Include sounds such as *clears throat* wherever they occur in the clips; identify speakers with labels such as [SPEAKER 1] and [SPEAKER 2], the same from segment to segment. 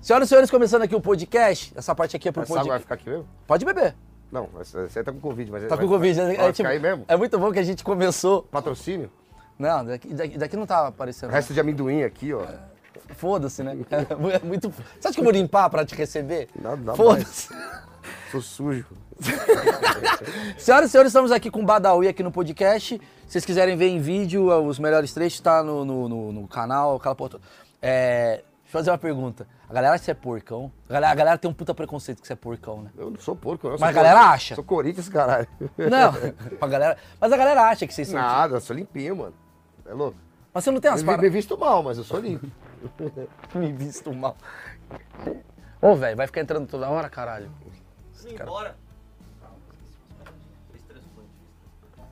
[SPEAKER 1] Senhoras e senhores, começando aqui o podcast. Essa parte aqui é pro
[SPEAKER 2] Essa água vai
[SPEAKER 1] podcast.
[SPEAKER 2] ficar aqui mesmo?
[SPEAKER 1] Pode beber.
[SPEAKER 2] Não, essa- você tá com Covid, mas...
[SPEAKER 1] Tá
[SPEAKER 2] vai-
[SPEAKER 1] com Covid.
[SPEAKER 2] Vai,
[SPEAKER 1] né?
[SPEAKER 2] vai
[SPEAKER 1] É, tipo,
[SPEAKER 2] ficar aí mesmo?
[SPEAKER 1] é muito bom que a gente começou.
[SPEAKER 2] Patrocínio?
[SPEAKER 1] Não, daqui, daqui- daqui não tá aparecendo. né?
[SPEAKER 2] Resto de amendoim aqui, ó.
[SPEAKER 1] Foda-se,
[SPEAKER 2] *laughs*
[SPEAKER 1] né? É mu- é muito. Você acha que eu vou limpar pra te receber?
[SPEAKER 2] Nada, nada
[SPEAKER 1] Foda-se.
[SPEAKER 2] Sou sujo.
[SPEAKER 1] Senhoras e senhores, estamos aqui com o Badawi aqui no podcast. Se vocês quiserem ver em vídeo, é, os melhores trechos tá no, no, no- no canal, aquela porra toda. É, deixa eu fazer uma pergunta. A galera acha que você é porcão? A galera, a galera tem um puta preconceito que você é porcão,
[SPEAKER 2] *laughs*
[SPEAKER 1] né?
[SPEAKER 2] Eu não sou porco, não.
[SPEAKER 1] Mas a galera acha.
[SPEAKER 2] Sou Corinthians, caralho. *laughs*
[SPEAKER 1] Não, a galera, mas a galera acha que vocês são.
[SPEAKER 2] Nada, eu sou limpinho, mano. É louco.
[SPEAKER 1] Mas você não tem as
[SPEAKER 2] Eu me, me
[SPEAKER 1] paradas.
[SPEAKER 2] visto mal, mas eu sou limpo.
[SPEAKER 1] *laughs* Me visto mal. Ô, velho, vai ficar entrando toda hora, caralho.
[SPEAKER 3] Vamos embora. Esse transplante.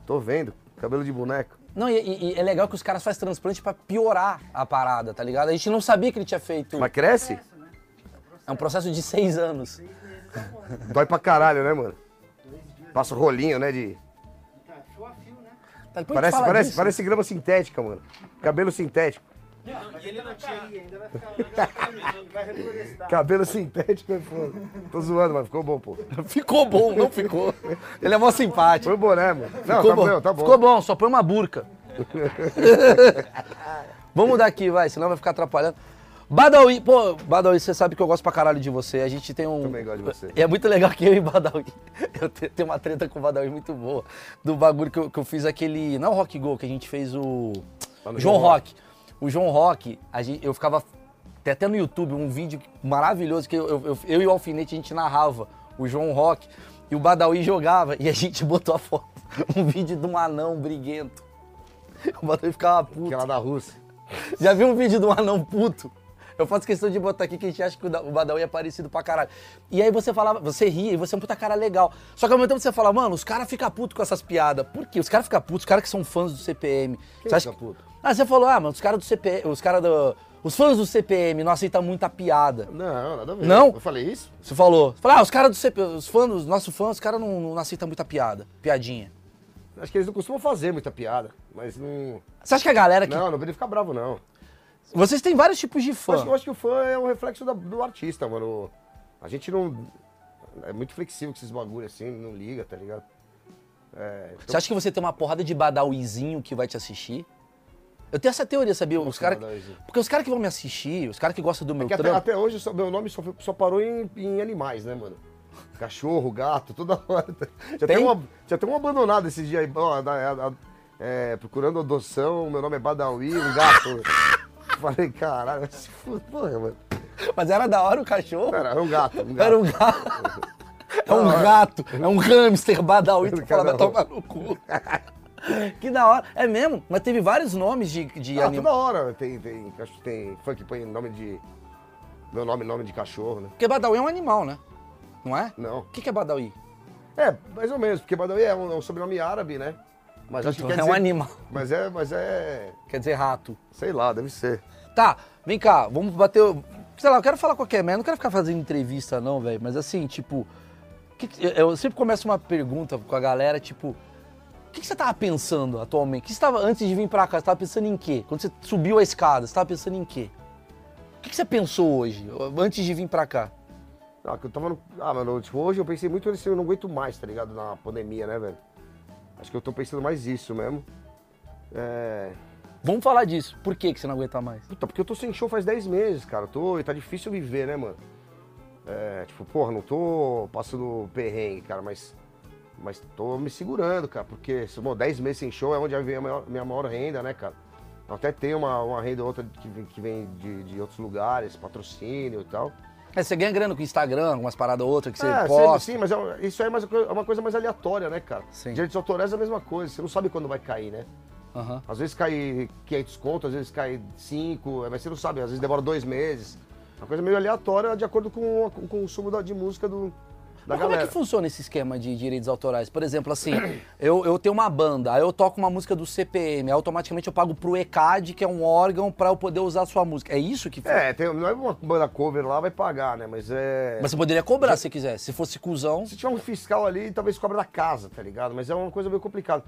[SPEAKER 2] Tô vendo. Cabelo de boneco.
[SPEAKER 1] Não, e, e- e é legal que os caras fazem transplante pra piorar a parada, tá ligado? A gente não sabia que ele tinha feito.
[SPEAKER 2] Mas cresce?
[SPEAKER 1] É um processo de seis anos.
[SPEAKER 2] Dói pra caralho, né, mano? Passa o rolinho, né, de...
[SPEAKER 1] Tá, depois a gente
[SPEAKER 2] Parece,
[SPEAKER 1] fala
[SPEAKER 2] parece,
[SPEAKER 1] disso.
[SPEAKER 2] parece grama sintética, mano. Cabelo sintético.
[SPEAKER 3] Não, e ele não tinha.
[SPEAKER 4] ainda vai ficar. vai reflorestar.
[SPEAKER 2] *laughs* Cabelo sintético é foda. Tô zoando, mas ficou bom, pô.
[SPEAKER 1] *laughs* Ficou bom, não ficou. Ele é mó simpático.
[SPEAKER 2] Foi bom, né, mano? Não,
[SPEAKER 1] Ficou
[SPEAKER 2] tá
[SPEAKER 1] bom.
[SPEAKER 2] tá bom.
[SPEAKER 1] Ficou bom, só põe uma
[SPEAKER 2] *laughs*
[SPEAKER 1] burca. Vamos daqui, vai, senão vai ficar atrapalhando. Badawi, pô, Badawi, você sabe que eu gosto pra caralho de você. A gente tem um.
[SPEAKER 2] Também gosto de você.
[SPEAKER 1] É muito legal que eu e Badawi. *laughs* Eu te- tenho uma treta com o Badawi muito boa. Do bagulho que eu, que eu fiz aquele. Não é o Rock Go, que a gente fez o.
[SPEAKER 2] Lá
[SPEAKER 1] João,
[SPEAKER 2] no João
[SPEAKER 1] Rock. O João Rock, a gente, eu ficava. Tem até no YouTube um vídeo maravilhoso que eu, eu, eu- eu e o Alfinete a gente narrava o João Rock e o Badawi jogava e a *laughs* gente botou a foto. Um vídeo de um anão briguento. O Badawi ficava puto.
[SPEAKER 2] Aquela da Rússia.
[SPEAKER 1] Já viu um vídeo de um anão puto? Eu faço questão de botar aqui que a gente acha que o da- o Badawi é parecido pra caralho. E aí você falava, você ria e você é um puta cara legal. Só que ao mesmo tempo você fala, mano, os caras ficam putos com essas piadas. Por quê? Os caras ficam putos, os caras que são fãs do CPM. Você acha
[SPEAKER 2] fica puto?
[SPEAKER 1] Ah, você falou, ah, mano, os caras do CPM, os caras do. Os fãs do CPM não aceitam muita piada.
[SPEAKER 2] Não, nada a ver.
[SPEAKER 1] Não?
[SPEAKER 2] Eu falei isso?
[SPEAKER 1] Você falou, falou ah, os caras do CPM, os fãs, os nossos fãs, os caras não, não aceitam muita piada, piadinha.
[SPEAKER 2] Acho que eles não costumam fazer muita piada, mas não.
[SPEAKER 1] Você acha que a galera que.
[SPEAKER 2] Não, não deveria ficar bravo, não.
[SPEAKER 1] Vocês têm vários tipos de
[SPEAKER 2] Eu acho, que- eu
[SPEAKER 1] fã.
[SPEAKER 2] acho que o fã é um reflexo da- do artista, mano. A gente não. É muito flexível com esses bagulhos assim, não liga, tá ligado? É,
[SPEAKER 1] Você acha que você tem uma porrada de badawizinho que vai te assistir? Eu tenho essa teoria, sabia? Os cara,
[SPEAKER 2] assim, badauizinho? É
[SPEAKER 1] porque os caras que vão me assistir, os caras que gostam do meu
[SPEAKER 2] que até,
[SPEAKER 1] trampo.
[SPEAKER 2] até hoje só- meu nome só, foi- só parou em, em animais, né, mano? Cachorro, gato, toda *laughs* hora. Já tem,
[SPEAKER 1] Tem?
[SPEAKER 2] uma, já tem um abandonado esses dias aí. ó, da- da- é, procurando adoção, meu nome é Badawi, um gato. *laughs* Falei, caralho, se fuder, porra, mano.
[SPEAKER 1] Mas era da hora o cachorro.
[SPEAKER 2] Era um gato, um gato.
[SPEAKER 1] Era um gato.
[SPEAKER 2] *laughs*
[SPEAKER 1] É um gato, é um hamster badawi que fala, vai
[SPEAKER 2] Cada um.
[SPEAKER 1] tomar no cu. Que da hora. É mesmo, mas teve vários nomes de, de
[SPEAKER 2] Ah,
[SPEAKER 1] anima-
[SPEAKER 2] toda hora tem, tem, acho que tem funk põe nome de. Meu nome, nome de cachorro, né?
[SPEAKER 1] Porque badawi é um animal, né? Não é?
[SPEAKER 2] Não.
[SPEAKER 1] O que, que é badawi?
[SPEAKER 2] É, mais ou menos, porque Badawi é um, é um sobrenome árabe, né? Mas acho que
[SPEAKER 1] Então,
[SPEAKER 2] quer
[SPEAKER 1] é um
[SPEAKER 2] dizer-
[SPEAKER 1] animal.
[SPEAKER 2] Mas é, mas é.
[SPEAKER 1] Quer dizer rato.
[SPEAKER 2] Sei lá, deve ser.
[SPEAKER 1] Tá, vem cá, vamos bater. o- Sei lá, eu quero falar qualquer merda, não quero ficar fazendo entrevista, não, velho. Mas assim, tipo. que- eu- eu sempre começo uma pergunta com a galera, tipo. O que, que você tava pensando atualmente? O que você tava, antes de vir pra cá, você tava pensando em quê? Quando você subiu a escada, você tava pensando em quê? O que, que você pensou hoje, antes de vir pra cá?
[SPEAKER 2] Ah, que eu tava no... Ah, mano, tipo, hoje eu pensei muito nesse eu não aguento mais, tá ligado? Na pandemia, né, velho? Acho que eu tô pensando mais isso mesmo. É.
[SPEAKER 1] Vamos falar disso. Por que, que você não aguenta mais?
[SPEAKER 2] Puta, porque eu tô sem show faz 10 meses, cara. Eu Tô, e tá difícil viver, né, mano? É, tipo, porra, não tô passando perrengue, cara, mas, mas tô me segurando, cara, porque, se, bom, 10 meses sem show é onde vem a maior- minha maior renda, né, cara? Eu até tenho uma, uma renda ou outra que vem, que vem de, de outros lugares, patrocínio e tal.
[SPEAKER 1] É, você ganha grana com o Instagram, algumas paradas ou outras que você
[SPEAKER 2] é,
[SPEAKER 1] posta.
[SPEAKER 2] sim, mas é um- isso aí é, mais uma coisa- é uma coisa mais aleatória, né, cara?
[SPEAKER 1] Sim.
[SPEAKER 2] Direitos autorais é a mesma coisa, você não sabe quando vai cair, né?
[SPEAKER 1] Aham.
[SPEAKER 2] Às vezes cai 500 conto, às vezes cai 5, mas você não sabe, às vezes demora dois meses. Uma coisa meio aleatória de acordo com o com o consumo da- de música do, da
[SPEAKER 1] Mas como é
[SPEAKER 2] galera.
[SPEAKER 1] que funciona esse esquema de direitos autorais? Por exemplo, assim, *clears throat* eu, eu tenho uma banda, aí eu toco uma música do CPM, aí automaticamente eu pago pro ECAD, que é um órgão, pra eu poder usar a sua música. É isso que faz?
[SPEAKER 2] É, tem- não é uma banda cover lá, vai pagar, né? Mas é.
[SPEAKER 1] Mas você poderia cobrar se quiser. Se fosse cuzão,
[SPEAKER 2] Se tiver um fiscal ali, talvez cobra da casa, tá ligado? Mas é uma coisa meio complicada.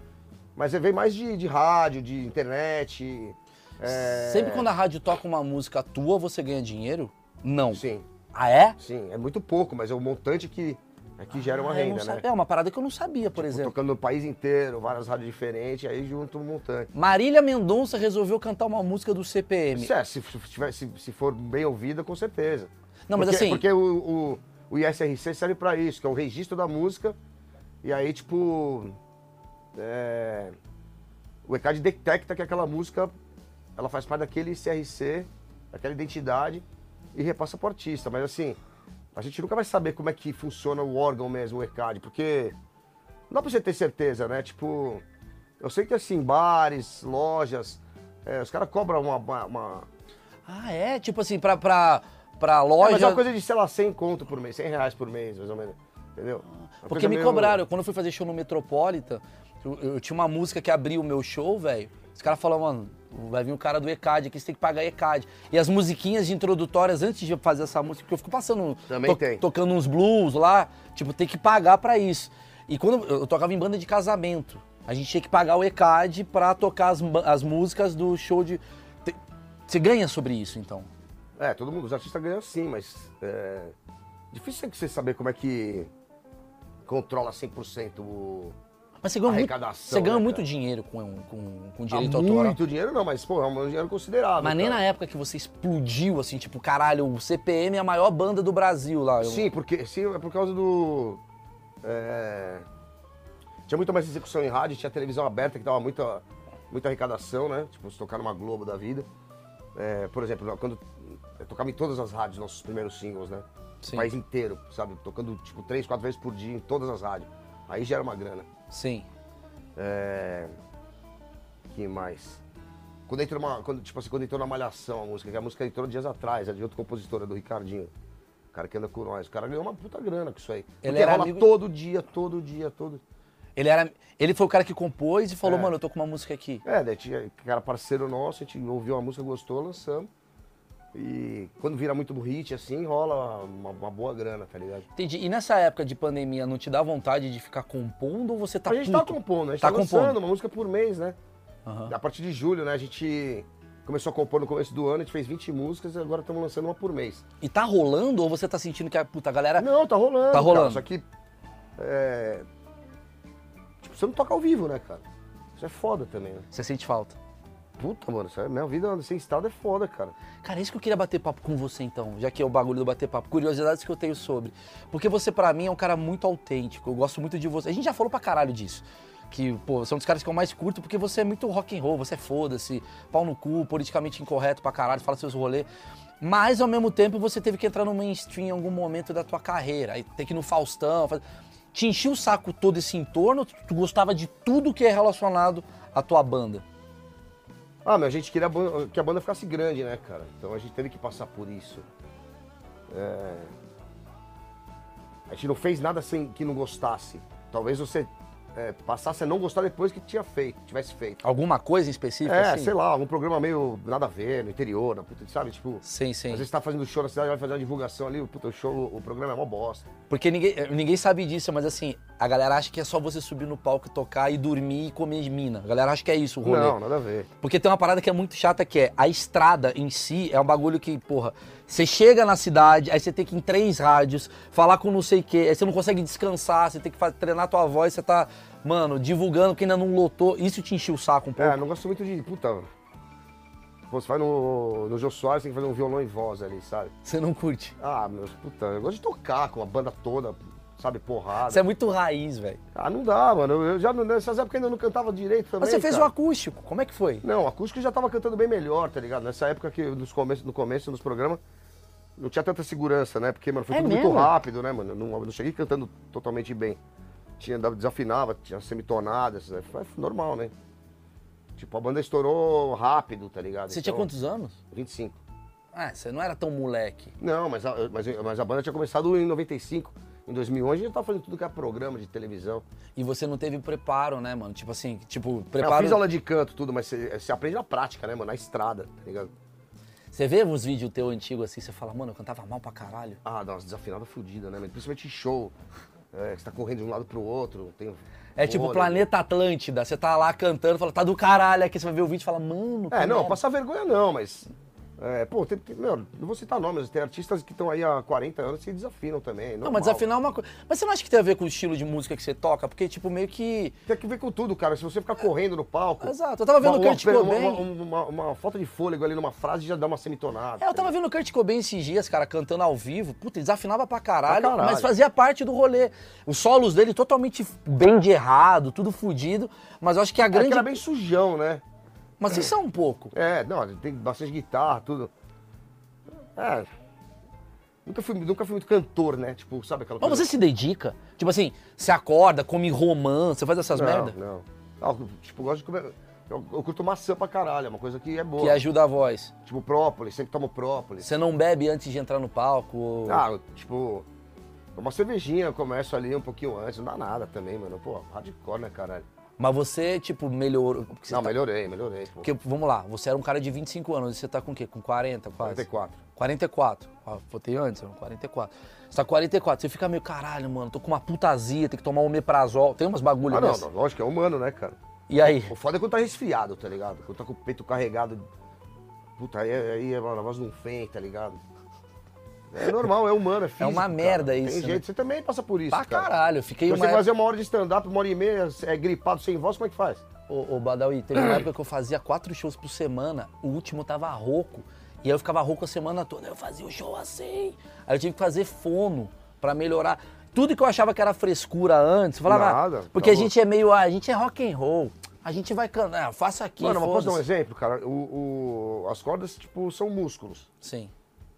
[SPEAKER 2] Mas é, vem mais de, de rádio, de internet. é,
[SPEAKER 1] sempre quando a rádio toca uma música tua, você ganha dinheiro? Não.
[SPEAKER 2] Sim.
[SPEAKER 1] Ah, é?
[SPEAKER 2] Sim, é muito pouco, mas é o montante que, é que gera uma
[SPEAKER 1] Ah, eu não
[SPEAKER 2] renda, né? Tipo,
[SPEAKER 1] sabia. É uma parada que eu não sabia, por exemplo.
[SPEAKER 2] Tocando no país inteiro, várias rádios diferentes, aí junto um montante.
[SPEAKER 1] Marília Mendonça resolveu cantar uma música do CPM.
[SPEAKER 2] Isso é, se, se tiver- se- se for bem ouvida, com certeza.
[SPEAKER 1] Não, mas
[SPEAKER 2] Porque-
[SPEAKER 1] assim-
[SPEAKER 2] Porque o, o, o ISRC serve pra isso, que é o registro da música. E aí, tipo. é, o ECAD detecta que aquela música ela faz parte daquele ICRC, daquela identidade, e repassa pro artista. Mas assim, a gente nunca vai saber como é que funciona o órgão mesmo, o ECAD, porque não dá pra você ter certeza, né? Tipo, eu sei que assim, bares, lojas, é, os caras cobram uma. uma- uma-
[SPEAKER 1] Ah, é? Tipo assim, pra, pra, pra
[SPEAKER 2] É, mas é
[SPEAKER 1] loja.
[SPEAKER 2] uma coisa de, sei lá, 100 conto por mês, 100 reais por mês, mais ou menos. Entendeu? É Uma
[SPEAKER 1] Ah, Porque
[SPEAKER 2] coisa
[SPEAKER 1] me
[SPEAKER 2] meio-
[SPEAKER 1] cobraram. Quando eu fui fazer show no Metropolitan, eu, eu tinha uma música que abriu o meu show, velho. Os caras falaram, mano, vai vir um cara do ECAD aqui, você tem que pagar ECAD. E as musiquinhas de introdutórias antes de eu fazer essa música, porque eu fico passando.
[SPEAKER 2] Também tem.
[SPEAKER 1] Tocando uns blues lá, tipo, tem que pagar pra isso. E quando eu, eu tocava em banda de casamento, a gente tinha que pagar o ECAD pra tocar as, ba- as músicas do show de. Te- Você ganha sobre isso, então.
[SPEAKER 2] É, todo mundo, os artistas ganham sim, mas. É, difícil é que você saber como é que controla 100% o.
[SPEAKER 1] Mas você ganha muito,
[SPEAKER 2] Arrecadação,
[SPEAKER 1] você ganha
[SPEAKER 2] né,
[SPEAKER 1] muito
[SPEAKER 2] cara?
[SPEAKER 1] dinheiro com, com, com
[SPEAKER 2] Ah,
[SPEAKER 1] direito autoral.
[SPEAKER 2] muito dinheiro não, mas, pô, é um dinheiro considerável.
[SPEAKER 1] Mas nem
[SPEAKER 2] cara.
[SPEAKER 1] na época que você explodiu, assim, tipo, caralho, o CPM é a maior banda do Brasil lá. Eu-
[SPEAKER 2] Sim, porque sim, é por causa do. é, tinha muito mais execução em rádio, tinha televisão aberta que dava muita, muita arrecadação, né? Tipo, se tocar numa Globo da vida. É, por exemplo, quando eu tocava em todas as rádios nossos primeiros singles, né?
[SPEAKER 1] Sim.
[SPEAKER 2] O país inteiro, sabe? Tocando tipo três, quatro vezes por dia em todas as rádios. Aí gera uma grana.
[SPEAKER 1] Sim.
[SPEAKER 2] É... Que mais? Quando entrou uma. Quando, tipo assim, quando entrou na Malhação a música, que a música entrou dias atrás, é de outro compositor, é do Ricardinho. O cara que anda com nós. O cara ganhou uma puta grana com isso aí. Porque
[SPEAKER 1] Ele era
[SPEAKER 2] rola
[SPEAKER 1] amigo-
[SPEAKER 2] todo dia, todo dia, todo.
[SPEAKER 1] Ele, era, ele foi o cara que compôs e falou,
[SPEAKER 2] É.
[SPEAKER 1] mano, eu tô com uma música aqui.
[SPEAKER 2] É, daí tinha cara parceiro nosso, a gente ouviu a música, gostou, lançamos. E quando vira muito hit, assim, rola uma, uma boa grana, tá ligado?
[SPEAKER 1] Entendi. E nessa época de pandemia, não te dá vontade de ficar compondo ou você tá
[SPEAKER 2] a gente
[SPEAKER 1] puto?
[SPEAKER 2] tá compondo, a gente
[SPEAKER 1] Tá
[SPEAKER 2] tá,
[SPEAKER 1] compondo.
[SPEAKER 2] lançando uma música por mês, né?
[SPEAKER 1] Aham.
[SPEAKER 2] A partir de julho, né? A gente começou a compor no começo do ano, a gente fez 20 músicas e agora estamos lançando uma por mês.
[SPEAKER 1] E tá rolando ou você tá sentindo que a puta a galera...
[SPEAKER 2] Não, tá rolando.
[SPEAKER 1] Tá rolando.
[SPEAKER 2] Cara, só que. é, Tipo, você não toca ao vivo, né, cara? Isso é foda também, né?
[SPEAKER 1] Você sente falta.
[SPEAKER 2] Puta, mano, isso é... minha vida sem estado é foda, cara.
[SPEAKER 1] Cara, é isso que eu queria bater papo com você então, já que é o bagulho do bater papo. Curiosidades que eu tenho sobre. Porque você, pra mim, é um cara muito autêntico. Eu gosto muito de você. A gente já falou pra caralho disso. Que, pô, você é um dos caras que eu mais curto porque você é muito rock and roll, você é foda-se, pau no cu, politicamente incorreto pra caralho, fala seus rolê. Mas ao mesmo tempo você teve que entrar no mainstream em algum momento da tua carreira. Aí tem que ir no Faustão. Faz... Te enchia o saco todo esse entorno, tu gostava de tudo que é relacionado à tua banda.
[SPEAKER 2] Ah, mas a gente queria a ban- que a banda ficasse grande, né, cara? Então a gente teve que passar por isso. É. A gente não fez nada sem que não gostasse. Talvez você é, passasse a não gostar depois que tinha feito, tivesse feito.
[SPEAKER 1] Alguma coisa em específico?
[SPEAKER 2] É,
[SPEAKER 1] assim?
[SPEAKER 2] sei lá, um programa meio nada a ver, no interior, na puta, sabe? Tipo,
[SPEAKER 1] Sim, sim.
[SPEAKER 2] às vezes tá fazendo show na cidade, vai fazer uma divulgação ali, puta, o show, o programa é mó bosta.
[SPEAKER 1] Porque ninguém, ninguém sabe disso, mas assim, a galera acha que é só você subir no palco, tocar e dormir e comer mina. A galera acha que é isso o rolê.
[SPEAKER 2] Não, nada a ver.
[SPEAKER 1] Porque tem uma parada que é muito chata que é a estrada em si é um bagulho que, porra, você chega na cidade, aí você tem que ir em três rádios, falar com não sei o quê, aí você não consegue descansar, você tem que fa- treinar tua voz, você tá, mano, divulgando que ainda não lotou. Isso te encheu o saco um pouco.
[SPEAKER 2] É, não gosto muito de, puta. Pô, você vai no, no Jô Soares, tem que fazer um violão e voz ali, sabe?
[SPEAKER 1] Você não curte.
[SPEAKER 2] Ah, meu, puta, eu gosto de tocar com a banda toda, sabe, porrada.
[SPEAKER 1] Você é muito raiz, velho.
[SPEAKER 2] Ah, não dá, mano. Eu já não- nessas épocas ainda não cantava direito também.
[SPEAKER 1] Mas você fez o
[SPEAKER 2] cara.
[SPEAKER 1] acústico, como é que foi?
[SPEAKER 2] Não, o acústico eu já tava cantando bem melhor, tá ligado? Nessa época que nos começo, no começo, nos programas, não tinha tanta segurança, né? Porque, mano, foi
[SPEAKER 1] É
[SPEAKER 2] tudo
[SPEAKER 1] mesmo?
[SPEAKER 2] muito rápido, né, mano? Eu Não, eu não cheguei cantando totalmente bem. Tinha, dava- desafinava, tinha semitonadas, né? Foi normal, né? Tipo, a banda estourou rápido, tá ligado?
[SPEAKER 1] Você tinha
[SPEAKER 2] Então,
[SPEAKER 1] quantos anos?
[SPEAKER 2] 25.
[SPEAKER 1] Ah, você não era tão moleque.
[SPEAKER 2] Não, mas a, mas, mas a banda tinha começado em 95. Em 2011 a gente tava fazendo tudo que era programa de televisão.
[SPEAKER 1] E você não teve preparo, né, mano? Tipo assim, tipo,
[SPEAKER 2] Eu
[SPEAKER 1] preparo.
[SPEAKER 2] fiz aula de canto, tudo, mas você você aprende na prática, né, mano? Na estrada, tá ligado?
[SPEAKER 1] Você vê uns vídeos teu antigo assim, você fala, mano, eu cantava mal pra caralho.
[SPEAKER 2] Ah, dá umas desafinadas fodidas, né? mano? Principalmente em show. É, você tá correndo de um lado pro outro. Tem...
[SPEAKER 1] É tipo
[SPEAKER 2] vôlei.
[SPEAKER 1] Planeta Atlântida, você tá lá cantando, fala, tá do caralho. Aqui você vai ver o vídeo e fala, mano. que
[SPEAKER 2] É, não,
[SPEAKER 1] merda.
[SPEAKER 2] passar vergonha não, mas. É, pô, tem, tem- meu, não vou citar nomes, tem artistas que estão aí há 40 anos que se desafinam também.
[SPEAKER 1] Não, mas afinal é uma coisa. Mas você não acha que tem a ver com o estilo de música que você toca? Porque, tipo, meio que.
[SPEAKER 2] Tem que ver com tudo, cara. Se você ficar correndo no palco.
[SPEAKER 1] É, Exato, eu tava vendo
[SPEAKER 2] uma-
[SPEAKER 1] o Kurt
[SPEAKER 2] uma-
[SPEAKER 1] Cobain.
[SPEAKER 2] Uma, uma, uma- uma falta de fôlego ali numa frase já dá uma semitonada.
[SPEAKER 1] É, eu tava vendo o Kurt Cobain esses dias, cara, cantando ao vivo. Puta, ele desafinava pra caralho,
[SPEAKER 2] Pra caralho.
[SPEAKER 1] mas fazia parte do rolê. Os solos dele totalmente bem de errado, tudo fudido. Mas eu acho que a
[SPEAKER 2] É que
[SPEAKER 1] grande.
[SPEAKER 2] era bem sujão, né?
[SPEAKER 1] Mas vocês são um pouco.
[SPEAKER 2] É, não, tem bastante guitarra, tudo. É. Nunca fui, nunca fui muito cantor, né? Tipo, sabe aquela
[SPEAKER 1] Mas
[SPEAKER 2] coisa.
[SPEAKER 1] você se dedica? Tipo assim, você acorda, come romance, você faz essas
[SPEAKER 2] não,
[SPEAKER 1] merda?
[SPEAKER 2] Não. Ah, eu, tipo, gosto de comer. Eu, eu curto maçã pra caralho, é uma coisa que é boa.
[SPEAKER 1] Que ajuda a voz.
[SPEAKER 2] Tipo, própolis, sempre tomo própolis.
[SPEAKER 1] Você não bebe antes de entrar no palco. ou-
[SPEAKER 2] Ah, eu, tipo, uma cervejinha, eu começo ali um pouquinho antes, não dá nada também, mano. Pô, hardcore, né, caralho?
[SPEAKER 1] Mas você, tipo, melhorou. Porque, você
[SPEAKER 2] não,
[SPEAKER 1] tá-
[SPEAKER 2] melhorei, melhorei. Pô.
[SPEAKER 1] porque, vamos lá, você era um cara de 25 anos, você tá com o quê? Com 40 quase?
[SPEAKER 2] 44.
[SPEAKER 1] 44. Ah, votei antes, eram 44. Você tá com 44, você fica meio, caralho, mano, tô com uma putazia, tem que tomar um omeprazol. Tem umas bagulho
[SPEAKER 2] Ah, não,
[SPEAKER 1] dessa.
[SPEAKER 2] não, lógico, é humano, né, cara?
[SPEAKER 1] E aí?
[SPEAKER 2] O foda é quando tá resfriado, tá ligado? Quando tá com o peito carregado. Puta, aí, é, aí mano, a voz não vem, tá ligado? É normal, é humano, é físico.
[SPEAKER 1] uma
[SPEAKER 2] cara.
[SPEAKER 1] merda
[SPEAKER 2] Tem
[SPEAKER 1] isso,
[SPEAKER 2] jeito,
[SPEAKER 1] né?
[SPEAKER 2] você também passa por isso,
[SPEAKER 1] Pra
[SPEAKER 2] cara.
[SPEAKER 1] caralho, eu fiquei
[SPEAKER 2] Você
[SPEAKER 1] uma.
[SPEAKER 2] fazer uma hora de stand-up, uma hora e meia, é gripado, sem voz, como é que faz?
[SPEAKER 1] Ô, ô Badawi, teve uma época que eu fazia quatro shows por semana, o último tava rouco. E aí eu ficava rouco a semana toda. Eu fazia o show assim. Aí eu tive que fazer fono pra melhorar. Tudo que eu achava que era frescura antes, eu falava.
[SPEAKER 2] Nada, tá
[SPEAKER 1] porque a
[SPEAKER 2] louco.
[SPEAKER 1] gente é meio. ah, A gente é rock and roll. A gente vai cantar. Faça aqui.
[SPEAKER 2] Mano, mas posso dar um
[SPEAKER 1] foda-se."
[SPEAKER 2] exemplo, cara? O, o- as cordas, tipo, são músculos.
[SPEAKER 1] Sim.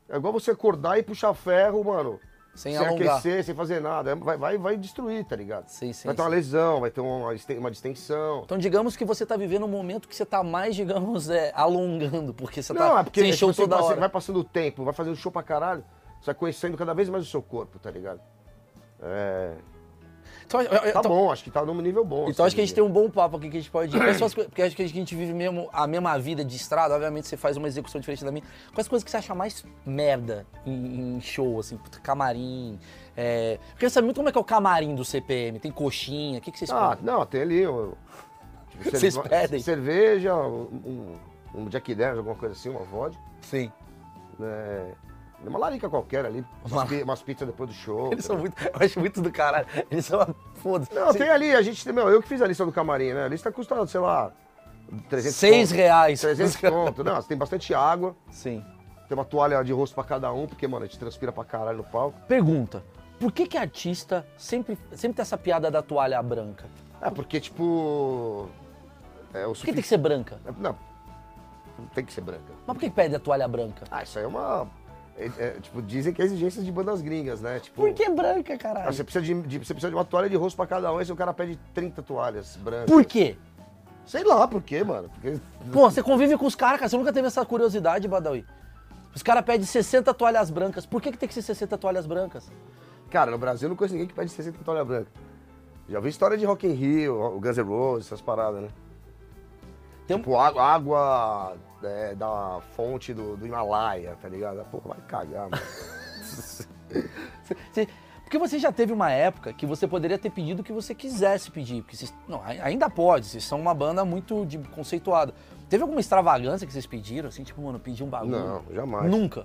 [SPEAKER 2] É igual você acordar e puxar ferro, mano.
[SPEAKER 1] Sem
[SPEAKER 2] sem
[SPEAKER 1] alongar.
[SPEAKER 2] aquecer, sem fazer nada. É, Vai, vai, vai destruir, tá ligado?
[SPEAKER 1] Sim, sim,
[SPEAKER 2] vai ter uma
[SPEAKER 1] sim.
[SPEAKER 2] lesão, vai ter uma, esten- uma distensão.
[SPEAKER 1] Então, digamos que você tá vivendo um momento que você tá mais, digamos, é, alongando, porque você
[SPEAKER 2] não,
[SPEAKER 1] tá
[SPEAKER 2] é porque
[SPEAKER 1] sem
[SPEAKER 2] tipo,
[SPEAKER 1] show
[SPEAKER 2] você
[SPEAKER 1] toda
[SPEAKER 2] passa-
[SPEAKER 1] hora.
[SPEAKER 2] vai passando o tempo, vai fazendo show pra caralho, você vai conhecendo cada vez mais o seu corpo, tá ligado? É,
[SPEAKER 1] Então, eu- eu-
[SPEAKER 2] tá
[SPEAKER 1] então-
[SPEAKER 2] bom, acho que tá num nível bom.
[SPEAKER 1] Então acho que a
[SPEAKER 2] assim,
[SPEAKER 1] gente tem um bom papo aqui que a gente pode. Quais são as coisas- Porque acho que a gente vive mesmo a mesma vida de estrada, obviamente você faz uma execução diferente da minha. Quais as coisas que você acha mais merda em, em show, assim, puta, camarim? É... Eu queria saber muito como é que é o camarim do CPM. Tem coxinha, o que, que vocês
[SPEAKER 2] Ah,
[SPEAKER 1] comem?
[SPEAKER 2] não, tem ali. um- tipo,
[SPEAKER 1] *laughs* Vocês
[SPEAKER 2] cerve-
[SPEAKER 1] pedem.
[SPEAKER 2] Cerveja, um, um- um Jack Daniels, alguma coisa assim, uma vodka.
[SPEAKER 1] Sim.
[SPEAKER 2] né? Uma larica qualquer ali,
[SPEAKER 1] Uma-
[SPEAKER 2] umas, pi- umas pizzas depois do show.
[SPEAKER 1] Eles são muito. Eu acho muito do caralho. Eles são. uma- Foda-se.
[SPEAKER 2] Não, tem ali, a gente, meu, eu que fiz a lista do camarim, né? A lista custa, sei lá, 300
[SPEAKER 1] Seis
[SPEAKER 2] conto.
[SPEAKER 1] reais.
[SPEAKER 2] 300 conto. Não, tem bastante água,
[SPEAKER 1] Sim.
[SPEAKER 2] tem uma toalha de rosto pra cada um, porque, mano, a gente transpira pra caralho no palco.
[SPEAKER 1] Pergunta. Por que que artista sempre, sempre tem essa piada da toalha branca?
[SPEAKER 2] É, porque, tipo... É o
[SPEAKER 1] Por que tem
[SPEAKER 2] suficiente...
[SPEAKER 1] que ser branca?
[SPEAKER 2] Não, não tem que ser branca.
[SPEAKER 1] Mas por que que pede a toalha branca?
[SPEAKER 2] Ah, isso aí é uma... é- é, tipo, dizem que é exigência de bandas gringas, né? Tipo,
[SPEAKER 1] Por que branca,
[SPEAKER 2] ah,
[SPEAKER 1] caralho?
[SPEAKER 2] Você precisa de, de- você precisa de uma toalha de rosto pra cada um, aí o cara pede 30 toalhas brancas.
[SPEAKER 1] Por quê?
[SPEAKER 2] Sei lá por quê, mano. Porque
[SPEAKER 1] Pô, você convive com os caras, cara. Você nunca teve essa curiosidade, Badawi. Os caras pedem 60 toalhas brancas. Por que, que tem que ser 60 toalhas brancas?
[SPEAKER 2] Cara, no Brasil eu não conheço ninguém que pede 60 toalha branca. Já vi história de Rock in Rio, o Guns N' Roses, essas paradas, né?
[SPEAKER 1] Tem um-
[SPEAKER 2] Tipo, água, água é, da fonte do, do Himalaia, tá ligado? Porra, vai
[SPEAKER 1] *laughs*
[SPEAKER 2] cagar, mano.
[SPEAKER 1] Você- você- Porque você já teve uma época que você poderia ter pedido o que você quisesse pedir. Porque vocês- não, ai- ainda pode, vocês são uma banda muito de- conceituada. Teve alguma extravagância que vocês pediram? Assim, tipo, mano, pedi um bagulho.
[SPEAKER 2] Não, jamais.
[SPEAKER 1] Nunca.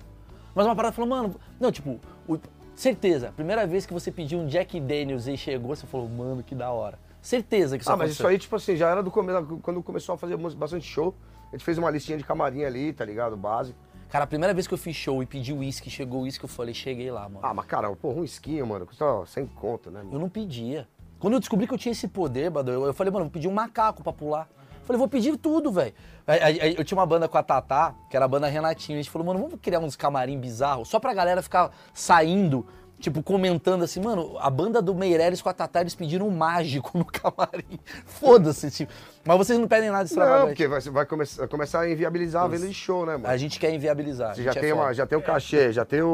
[SPEAKER 1] Mas uma parada falou, mano, não, tipo, o- certeza, primeira vez que você pediu um Jack Daniels e chegou, você falou, mano, que da hora. Certeza que isso
[SPEAKER 2] ah, mas
[SPEAKER 1] aconteceu.
[SPEAKER 2] isso aí, tipo assim, já era do começo, quando começou a fazer mus- bastante show, a gente fez uma listinha de camarim ali, tá ligado? Básico.
[SPEAKER 1] Cara, a primeira vez que eu fiz show e pedi uísque, chegou o uísque, eu falei, cheguei lá, mano.
[SPEAKER 2] Ah, mas cara, porra, um esquinho, mano, custa sem conta, né?
[SPEAKER 1] Eu
[SPEAKER 2] mano?
[SPEAKER 1] não pedia. Quando eu descobri que eu tinha esse poder, Badu, eu eu falei, mano, vou pedir um macaco pra pular. Eu Falei, vou pedir tudo, velho. Aí- aí- aí Eu tinha uma banda com a Tatá, que era a banda Renatinho. A gente falou, mano, vamos criar uns camarim bizarros, só pra galera ficar saindo, tipo, comentando assim, mano, a banda do Meirelles com a Tatá, eles pediram um mágico *laughs* no camarim. Foda-se, tipo. Mas vocês não pedem nada
[SPEAKER 2] Não,
[SPEAKER 1] extravagante.
[SPEAKER 2] porque vai, vai começar, começar a inviabilizar a venda de show, né, mano?
[SPEAKER 1] A gente quer inviabilizar.
[SPEAKER 2] Você
[SPEAKER 1] a
[SPEAKER 2] já
[SPEAKER 1] gente é
[SPEAKER 2] tem, uma,
[SPEAKER 1] foda.
[SPEAKER 2] já tem o cachê, já tem o,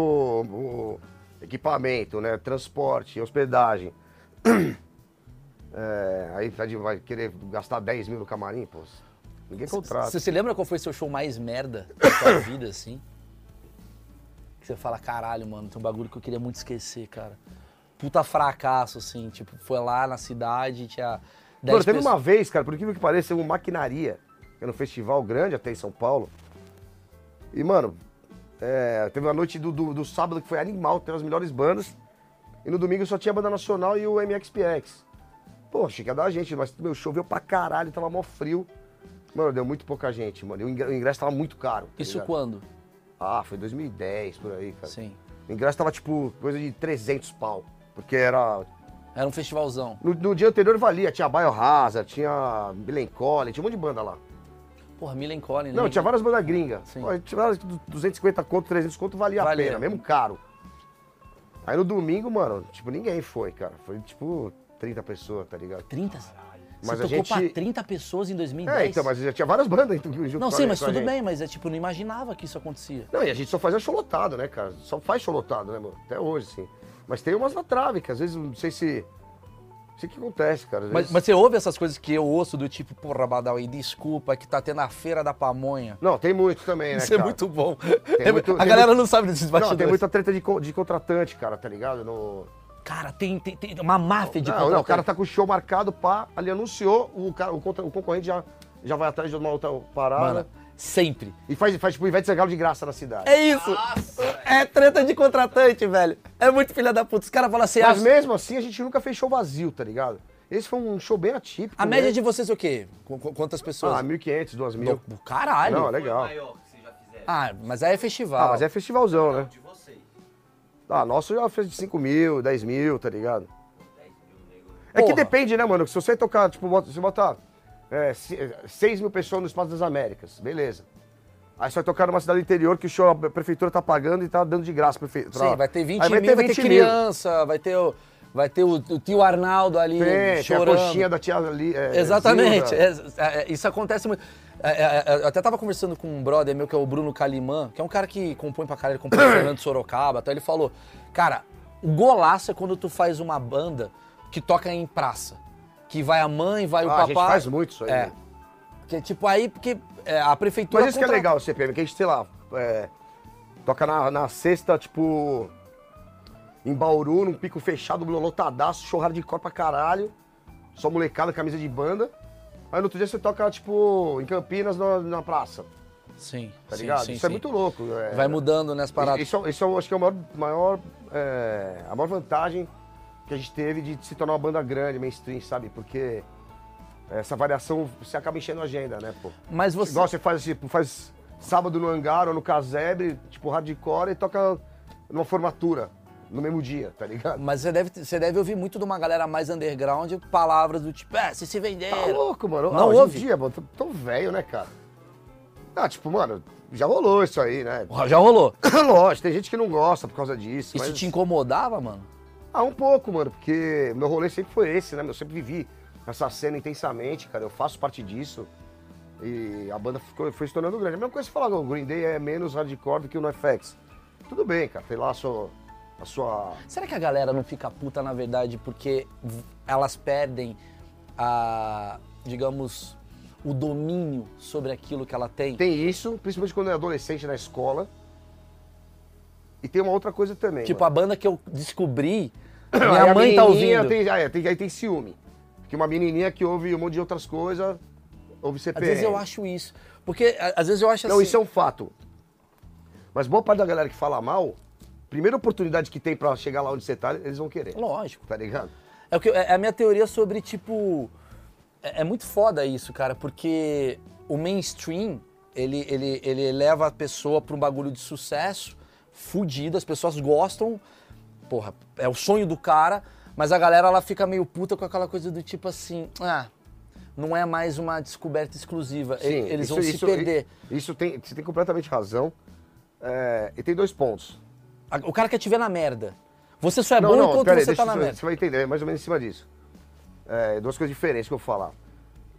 [SPEAKER 2] o equipamento, né? Transporte, hospedagem. *clears throat* É, aí tá de- vai querer gastar 10 mil no camarim, pô. Ninguém contrata.
[SPEAKER 1] Você se lembra qual foi seu show mais merda da
[SPEAKER 2] *coughs*
[SPEAKER 1] sua vida, assim? Que você fala, caralho, mano, tem um bagulho que eu queria muito esquecer, cara. Puta fracasso, assim, tipo, foi lá na cidade, tinha 10
[SPEAKER 2] Mano, teve
[SPEAKER 1] pessoas.
[SPEAKER 2] uma vez, cara, por incrível que pareça, uma maquinaria. que Era um festival grande até em São Paulo. E, mano, é, teve uma noite do, do, do sábado que foi animal, teve as melhores bandas. E no domingo só tinha a banda nacional e o MXPX. Pô, achei que ia dar gente, mas meu, choveu pra caralho, tava mó frio. Mano, deu muito pouca gente, mano. E o ingre- o ingresso tava muito caro. tá
[SPEAKER 1] Isso
[SPEAKER 2] ligado?
[SPEAKER 1] quando?
[SPEAKER 2] Ah, foi 2010 por aí, cara.
[SPEAKER 1] Sim.
[SPEAKER 2] O ingresso tava tipo coisa de 300 pau. Porque era.
[SPEAKER 1] Era um festivalzão.
[SPEAKER 2] No, no dia anterior valia, tinha Biohazard, tinha Melancholy, tinha um monte de banda lá.
[SPEAKER 1] Porra, Milen Collin. né?
[SPEAKER 2] Não, tinha várias bandas gringas.
[SPEAKER 1] Sim.
[SPEAKER 2] Tinha várias du- 250 conto, 300 conto, valia
[SPEAKER 1] Valia.
[SPEAKER 2] a pena, mesmo caro. Aí no domingo, mano, tipo, ninguém foi, cara. Foi tipo 30 pessoas, tá ligado?
[SPEAKER 1] 30? Você
[SPEAKER 2] Mas a
[SPEAKER 1] tocou
[SPEAKER 2] gente-
[SPEAKER 1] pra 30 pessoas em 2010?
[SPEAKER 2] É, então, mas já tinha várias bandas então, junto junto
[SPEAKER 1] Não,
[SPEAKER 2] com a
[SPEAKER 1] sim,
[SPEAKER 2] gente-
[SPEAKER 1] mas
[SPEAKER 2] com a
[SPEAKER 1] tudo
[SPEAKER 2] gente.
[SPEAKER 1] bem, mas é tipo, não imaginava que isso acontecia.
[SPEAKER 2] Não, e a gente só fazia show lotado, né, cara? Só faz show lotado, né, mano? Até hoje, sim. Mas tem umas na trave, que às vezes não sei se. Não sei o que acontece, cara. Às
[SPEAKER 1] Mas,
[SPEAKER 2] vezes-
[SPEAKER 1] mas você ouve essas coisas que eu ouço do tipo, porra, Badawi, desculpa, é que tá tendo a feira da pamonha.
[SPEAKER 2] Não, tem muito também, né?
[SPEAKER 1] Isso é
[SPEAKER 2] cara?
[SPEAKER 1] muito bom.
[SPEAKER 2] Tem muito-
[SPEAKER 1] a
[SPEAKER 2] tem
[SPEAKER 1] galera
[SPEAKER 2] muito-
[SPEAKER 1] não sabe desses
[SPEAKER 2] Não,
[SPEAKER 1] bastidores.
[SPEAKER 2] tem muita treta de, co- de contratante, cara, tá ligado? No...
[SPEAKER 1] Cara, tem, tem, tem uma máfia de
[SPEAKER 2] Não, não, o cara tá com o show marcado, pá, ali anunciou, o, cara, o, contra- o concorrente já, já vai atrás de uma outra parada.
[SPEAKER 1] Mano, sempre.
[SPEAKER 2] E faz, faz tipo Ivete Sangalo de graça na cidade.
[SPEAKER 1] É isso.
[SPEAKER 3] Nossa,
[SPEAKER 1] É treta de contratante, velho. É muito filha da puta. Os caras falam assim,
[SPEAKER 2] Mas
[SPEAKER 1] ah,
[SPEAKER 2] mesmo assim, a gente nunca fez show vazio, tá ligado? Esse foi um show bem atípico.
[SPEAKER 1] a média
[SPEAKER 2] né?
[SPEAKER 1] de vocês é o quê? Qu- qu- Quantas pessoas?
[SPEAKER 2] Ah, 1.500, 2.000.
[SPEAKER 1] Do- do caralho.
[SPEAKER 2] Não,
[SPEAKER 3] foi
[SPEAKER 2] legal.
[SPEAKER 3] o maior que vocês já fizeram.
[SPEAKER 1] Ah, mas aí é festival.
[SPEAKER 2] Ah, mas é festivalzão, né?
[SPEAKER 3] De vocês. Pô,
[SPEAKER 2] Ah, nosso já fez de 5 mil, 10 mil, tá ligado?
[SPEAKER 3] 10 mil, nego.
[SPEAKER 2] É que
[SPEAKER 1] Porra.
[SPEAKER 2] depende, né, mano? Se você tocar, tipo, bota- você botar é, 6 mil pessoas no Espaço das Américas, beleza. Aí você vai tocar numa cidade do interior que o show, a prefeitura tá pagando e tá dando de graça. Prefe... pra-
[SPEAKER 1] Sim, vai ter 20
[SPEAKER 2] Aí
[SPEAKER 1] mil, vai ter
[SPEAKER 2] 20 mil.
[SPEAKER 1] criança, vai ter, o, vai ter o, o tio Arnaldo ali
[SPEAKER 2] Tem, tem a
[SPEAKER 1] chorando.
[SPEAKER 2] coxinha da tia ali. é,
[SPEAKER 1] Exatamente.
[SPEAKER 2] Zilda.
[SPEAKER 1] é, é, é, isso acontece muito. É, é, é, eu até tava conversando com um brother meu, que é o Bruno Calimã, que é um cara que compõe pra caralho, ele compõe o Fernando Sorocaba, até ele falou, cara, o golaço é quando tu faz uma banda que toca em praça. Que vai a mãe, vai é, o
[SPEAKER 2] Ah, a
[SPEAKER 1] papai.
[SPEAKER 2] gente faz muito isso aí.
[SPEAKER 1] É. Que, tipo, aí, porque é, a prefeitura.
[SPEAKER 2] Mas isso que é
[SPEAKER 1] contra-
[SPEAKER 2] legal, CPM, que a gente, sei lá, é, toca na, na sexta, tipo, em Bauru, num pico fechado, lotadaço, chorrada de cor pra caralho, só molecada, camisa de banda. Aí no outro dia você toca, tipo, em Campinas, na, na praça,
[SPEAKER 1] Sim,
[SPEAKER 2] tá
[SPEAKER 1] sim,
[SPEAKER 2] ligado?
[SPEAKER 1] sim,
[SPEAKER 2] isso é
[SPEAKER 1] sim.
[SPEAKER 2] muito louco. é.
[SPEAKER 1] Vai mudando, né, as paradas.
[SPEAKER 2] Isso, isso eu acho que é o maior, maior, é, a maior vantagem que a gente teve de se tornar uma banda grande, mainstream, sabe? Porque essa variação, você acaba enchendo a agenda, né, pô?
[SPEAKER 1] Mas você.
[SPEAKER 2] Igual você faz, tipo, faz sábado no hangar ou no casebre, tipo, hardcore, e toca numa formatura no mesmo dia, tá ligado?
[SPEAKER 1] Mas você deve, você deve ouvir muito de uma galera mais underground palavras do tipo, é, se se vender.
[SPEAKER 2] Tá louco, mano.
[SPEAKER 1] Não
[SPEAKER 2] hoje em
[SPEAKER 1] ouve?
[SPEAKER 2] dia, mano, tô, tô velho, né, cara? Ah, tipo, mano, já rolou isso aí, né?
[SPEAKER 1] Já rolou.
[SPEAKER 2] *coughs* Lógico, tem gente que não gosta por causa disso.
[SPEAKER 1] Isso
[SPEAKER 2] mas-
[SPEAKER 1] te incomodava, mano?
[SPEAKER 2] Ah, um pouco, mano, porque meu rolê sempre foi esse, né? meu? Eu sempre vivi essa cena intensamente, cara. Eu faço parte disso. E a banda ficou, foi se tornando grande. A mesma coisa que você falar, o Green Day é menos hardcore do que o NoFX. Tudo bem, cara. Tem lá a sua. A sua...
[SPEAKER 1] Será que a galera não fica puta, na verdade, porque v- elas perdem a, digamos, o domínio sobre aquilo que ela tem?
[SPEAKER 2] Tem isso, principalmente quando é adolescente na escola. E tem uma outra coisa também.
[SPEAKER 1] tipo,
[SPEAKER 2] mano.
[SPEAKER 1] a banda que eu descobri,
[SPEAKER 2] Aí
[SPEAKER 1] minha
[SPEAKER 2] a
[SPEAKER 1] mãe tá
[SPEAKER 2] menininha
[SPEAKER 1] ouvindo.
[SPEAKER 2] Tem, ah, é, tem- aí tem ciúme. Porque uma menininha que ouve um monte de outras coisas, ouve CPM.
[SPEAKER 1] Às vezes eu acho isso. Porque a- às vezes eu acho
[SPEAKER 2] Não,
[SPEAKER 1] assim.
[SPEAKER 2] isso é um fato. Mas boa parte da galera que fala mal, primeira oportunidade que tem pra chegar lá onde você tá, eles vão querer.
[SPEAKER 1] Lógico.
[SPEAKER 2] Tá ligado?
[SPEAKER 1] É, o que eu- é a minha teoria sobre, tipo. É, é muito foda isso, cara, porque o mainstream, ele, ele, ele leva a pessoa pra um bagulho de sucesso, fudido, as pessoas gostam, porra, é o sonho do cara, mas a galera ela fica meio puta com aquela coisa do tipo assim, ah, não é mais uma descoberta exclusiva, e- eles
[SPEAKER 2] isso-
[SPEAKER 1] vão se
[SPEAKER 2] isso-
[SPEAKER 1] perder.
[SPEAKER 2] Isso tem, você tem completamente razão. É, e tem dois pontos.
[SPEAKER 1] A- O cara quer te ver na merda. Você só é bom enquanto
[SPEAKER 2] peraí,
[SPEAKER 1] você
[SPEAKER 2] deixa
[SPEAKER 1] tá na
[SPEAKER 2] eu-
[SPEAKER 1] merda.
[SPEAKER 2] Você vai entender, é mais ou menos em cima disso. É, duas coisas diferentes que eu vou falar.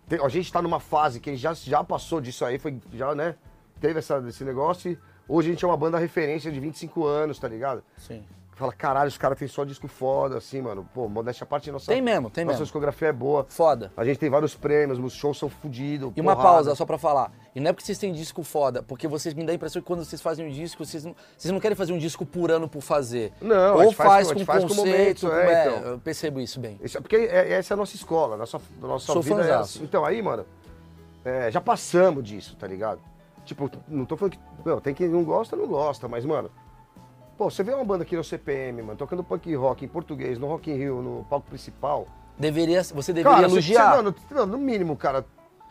[SPEAKER 2] Tem- a gente tá numa fase que a gente já, já passou disso aí, foi, já, né? Teve essa, esse negócio e hoje a gente é uma banda referência de 25 anos, tá ligado?
[SPEAKER 1] Sim.
[SPEAKER 2] Fala, caralho, os caras têm só disco foda, assim, mano. Pô, modéstia à parte, nossa.
[SPEAKER 1] Tem mesmo, tem
[SPEAKER 2] nossa
[SPEAKER 1] mesmo.
[SPEAKER 2] discografia é boa.
[SPEAKER 1] Foda.
[SPEAKER 2] A gente tem vários prêmios, os shows são fodidos.
[SPEAKER 1] E uma pausa só pra falar. E não é porque vocês têm disco foda, porque vocês me dão a impressão que quando vocês fazem um disco, vocês não, vocês não querem fazer um disco por ano por fazer.
[SPEAKER 2] Não, a
[SPEAKER 1] Ou
[SPEAKER 2] gente faz
[SPEAKER 1] faz,
[SPEAKER 2] com- a
[SPEAKER 1] com
[SPEAKER 2] gente faz com
[SPEAKER 1] conceito,
[SPEAKER 2] momento,
[SPEAKER 1] com-
[SPEAKER 2] é,
[SPEAKER 1] é,
[SPEAKER 2] então.
[SPEAKER 1] eu percebo isso bem.
[SPEAKER 2] Isso é porque é- essa é a nossa escola, a nossa, a nossa
[SPEAKER 1] Sou
[SPEAKER 2] vida é
[SPEAKER 1] fãzaço.
[SPEAKER 2] assim. Então aí, mano, é, já passamos disso, tá ligado? Tipo, não tô falando que. Não, tem quem não gosta, não gosta, mas, mano. Pô, você vê uma banda aqui no CPM, mano, tocando punk rock em português, no Rock in Rio, no palco principal.
[SPEAKER 1] Deveria, você deveria elogiar.
[SPEAKER 2] Você, mano, não, no mínimo, cara,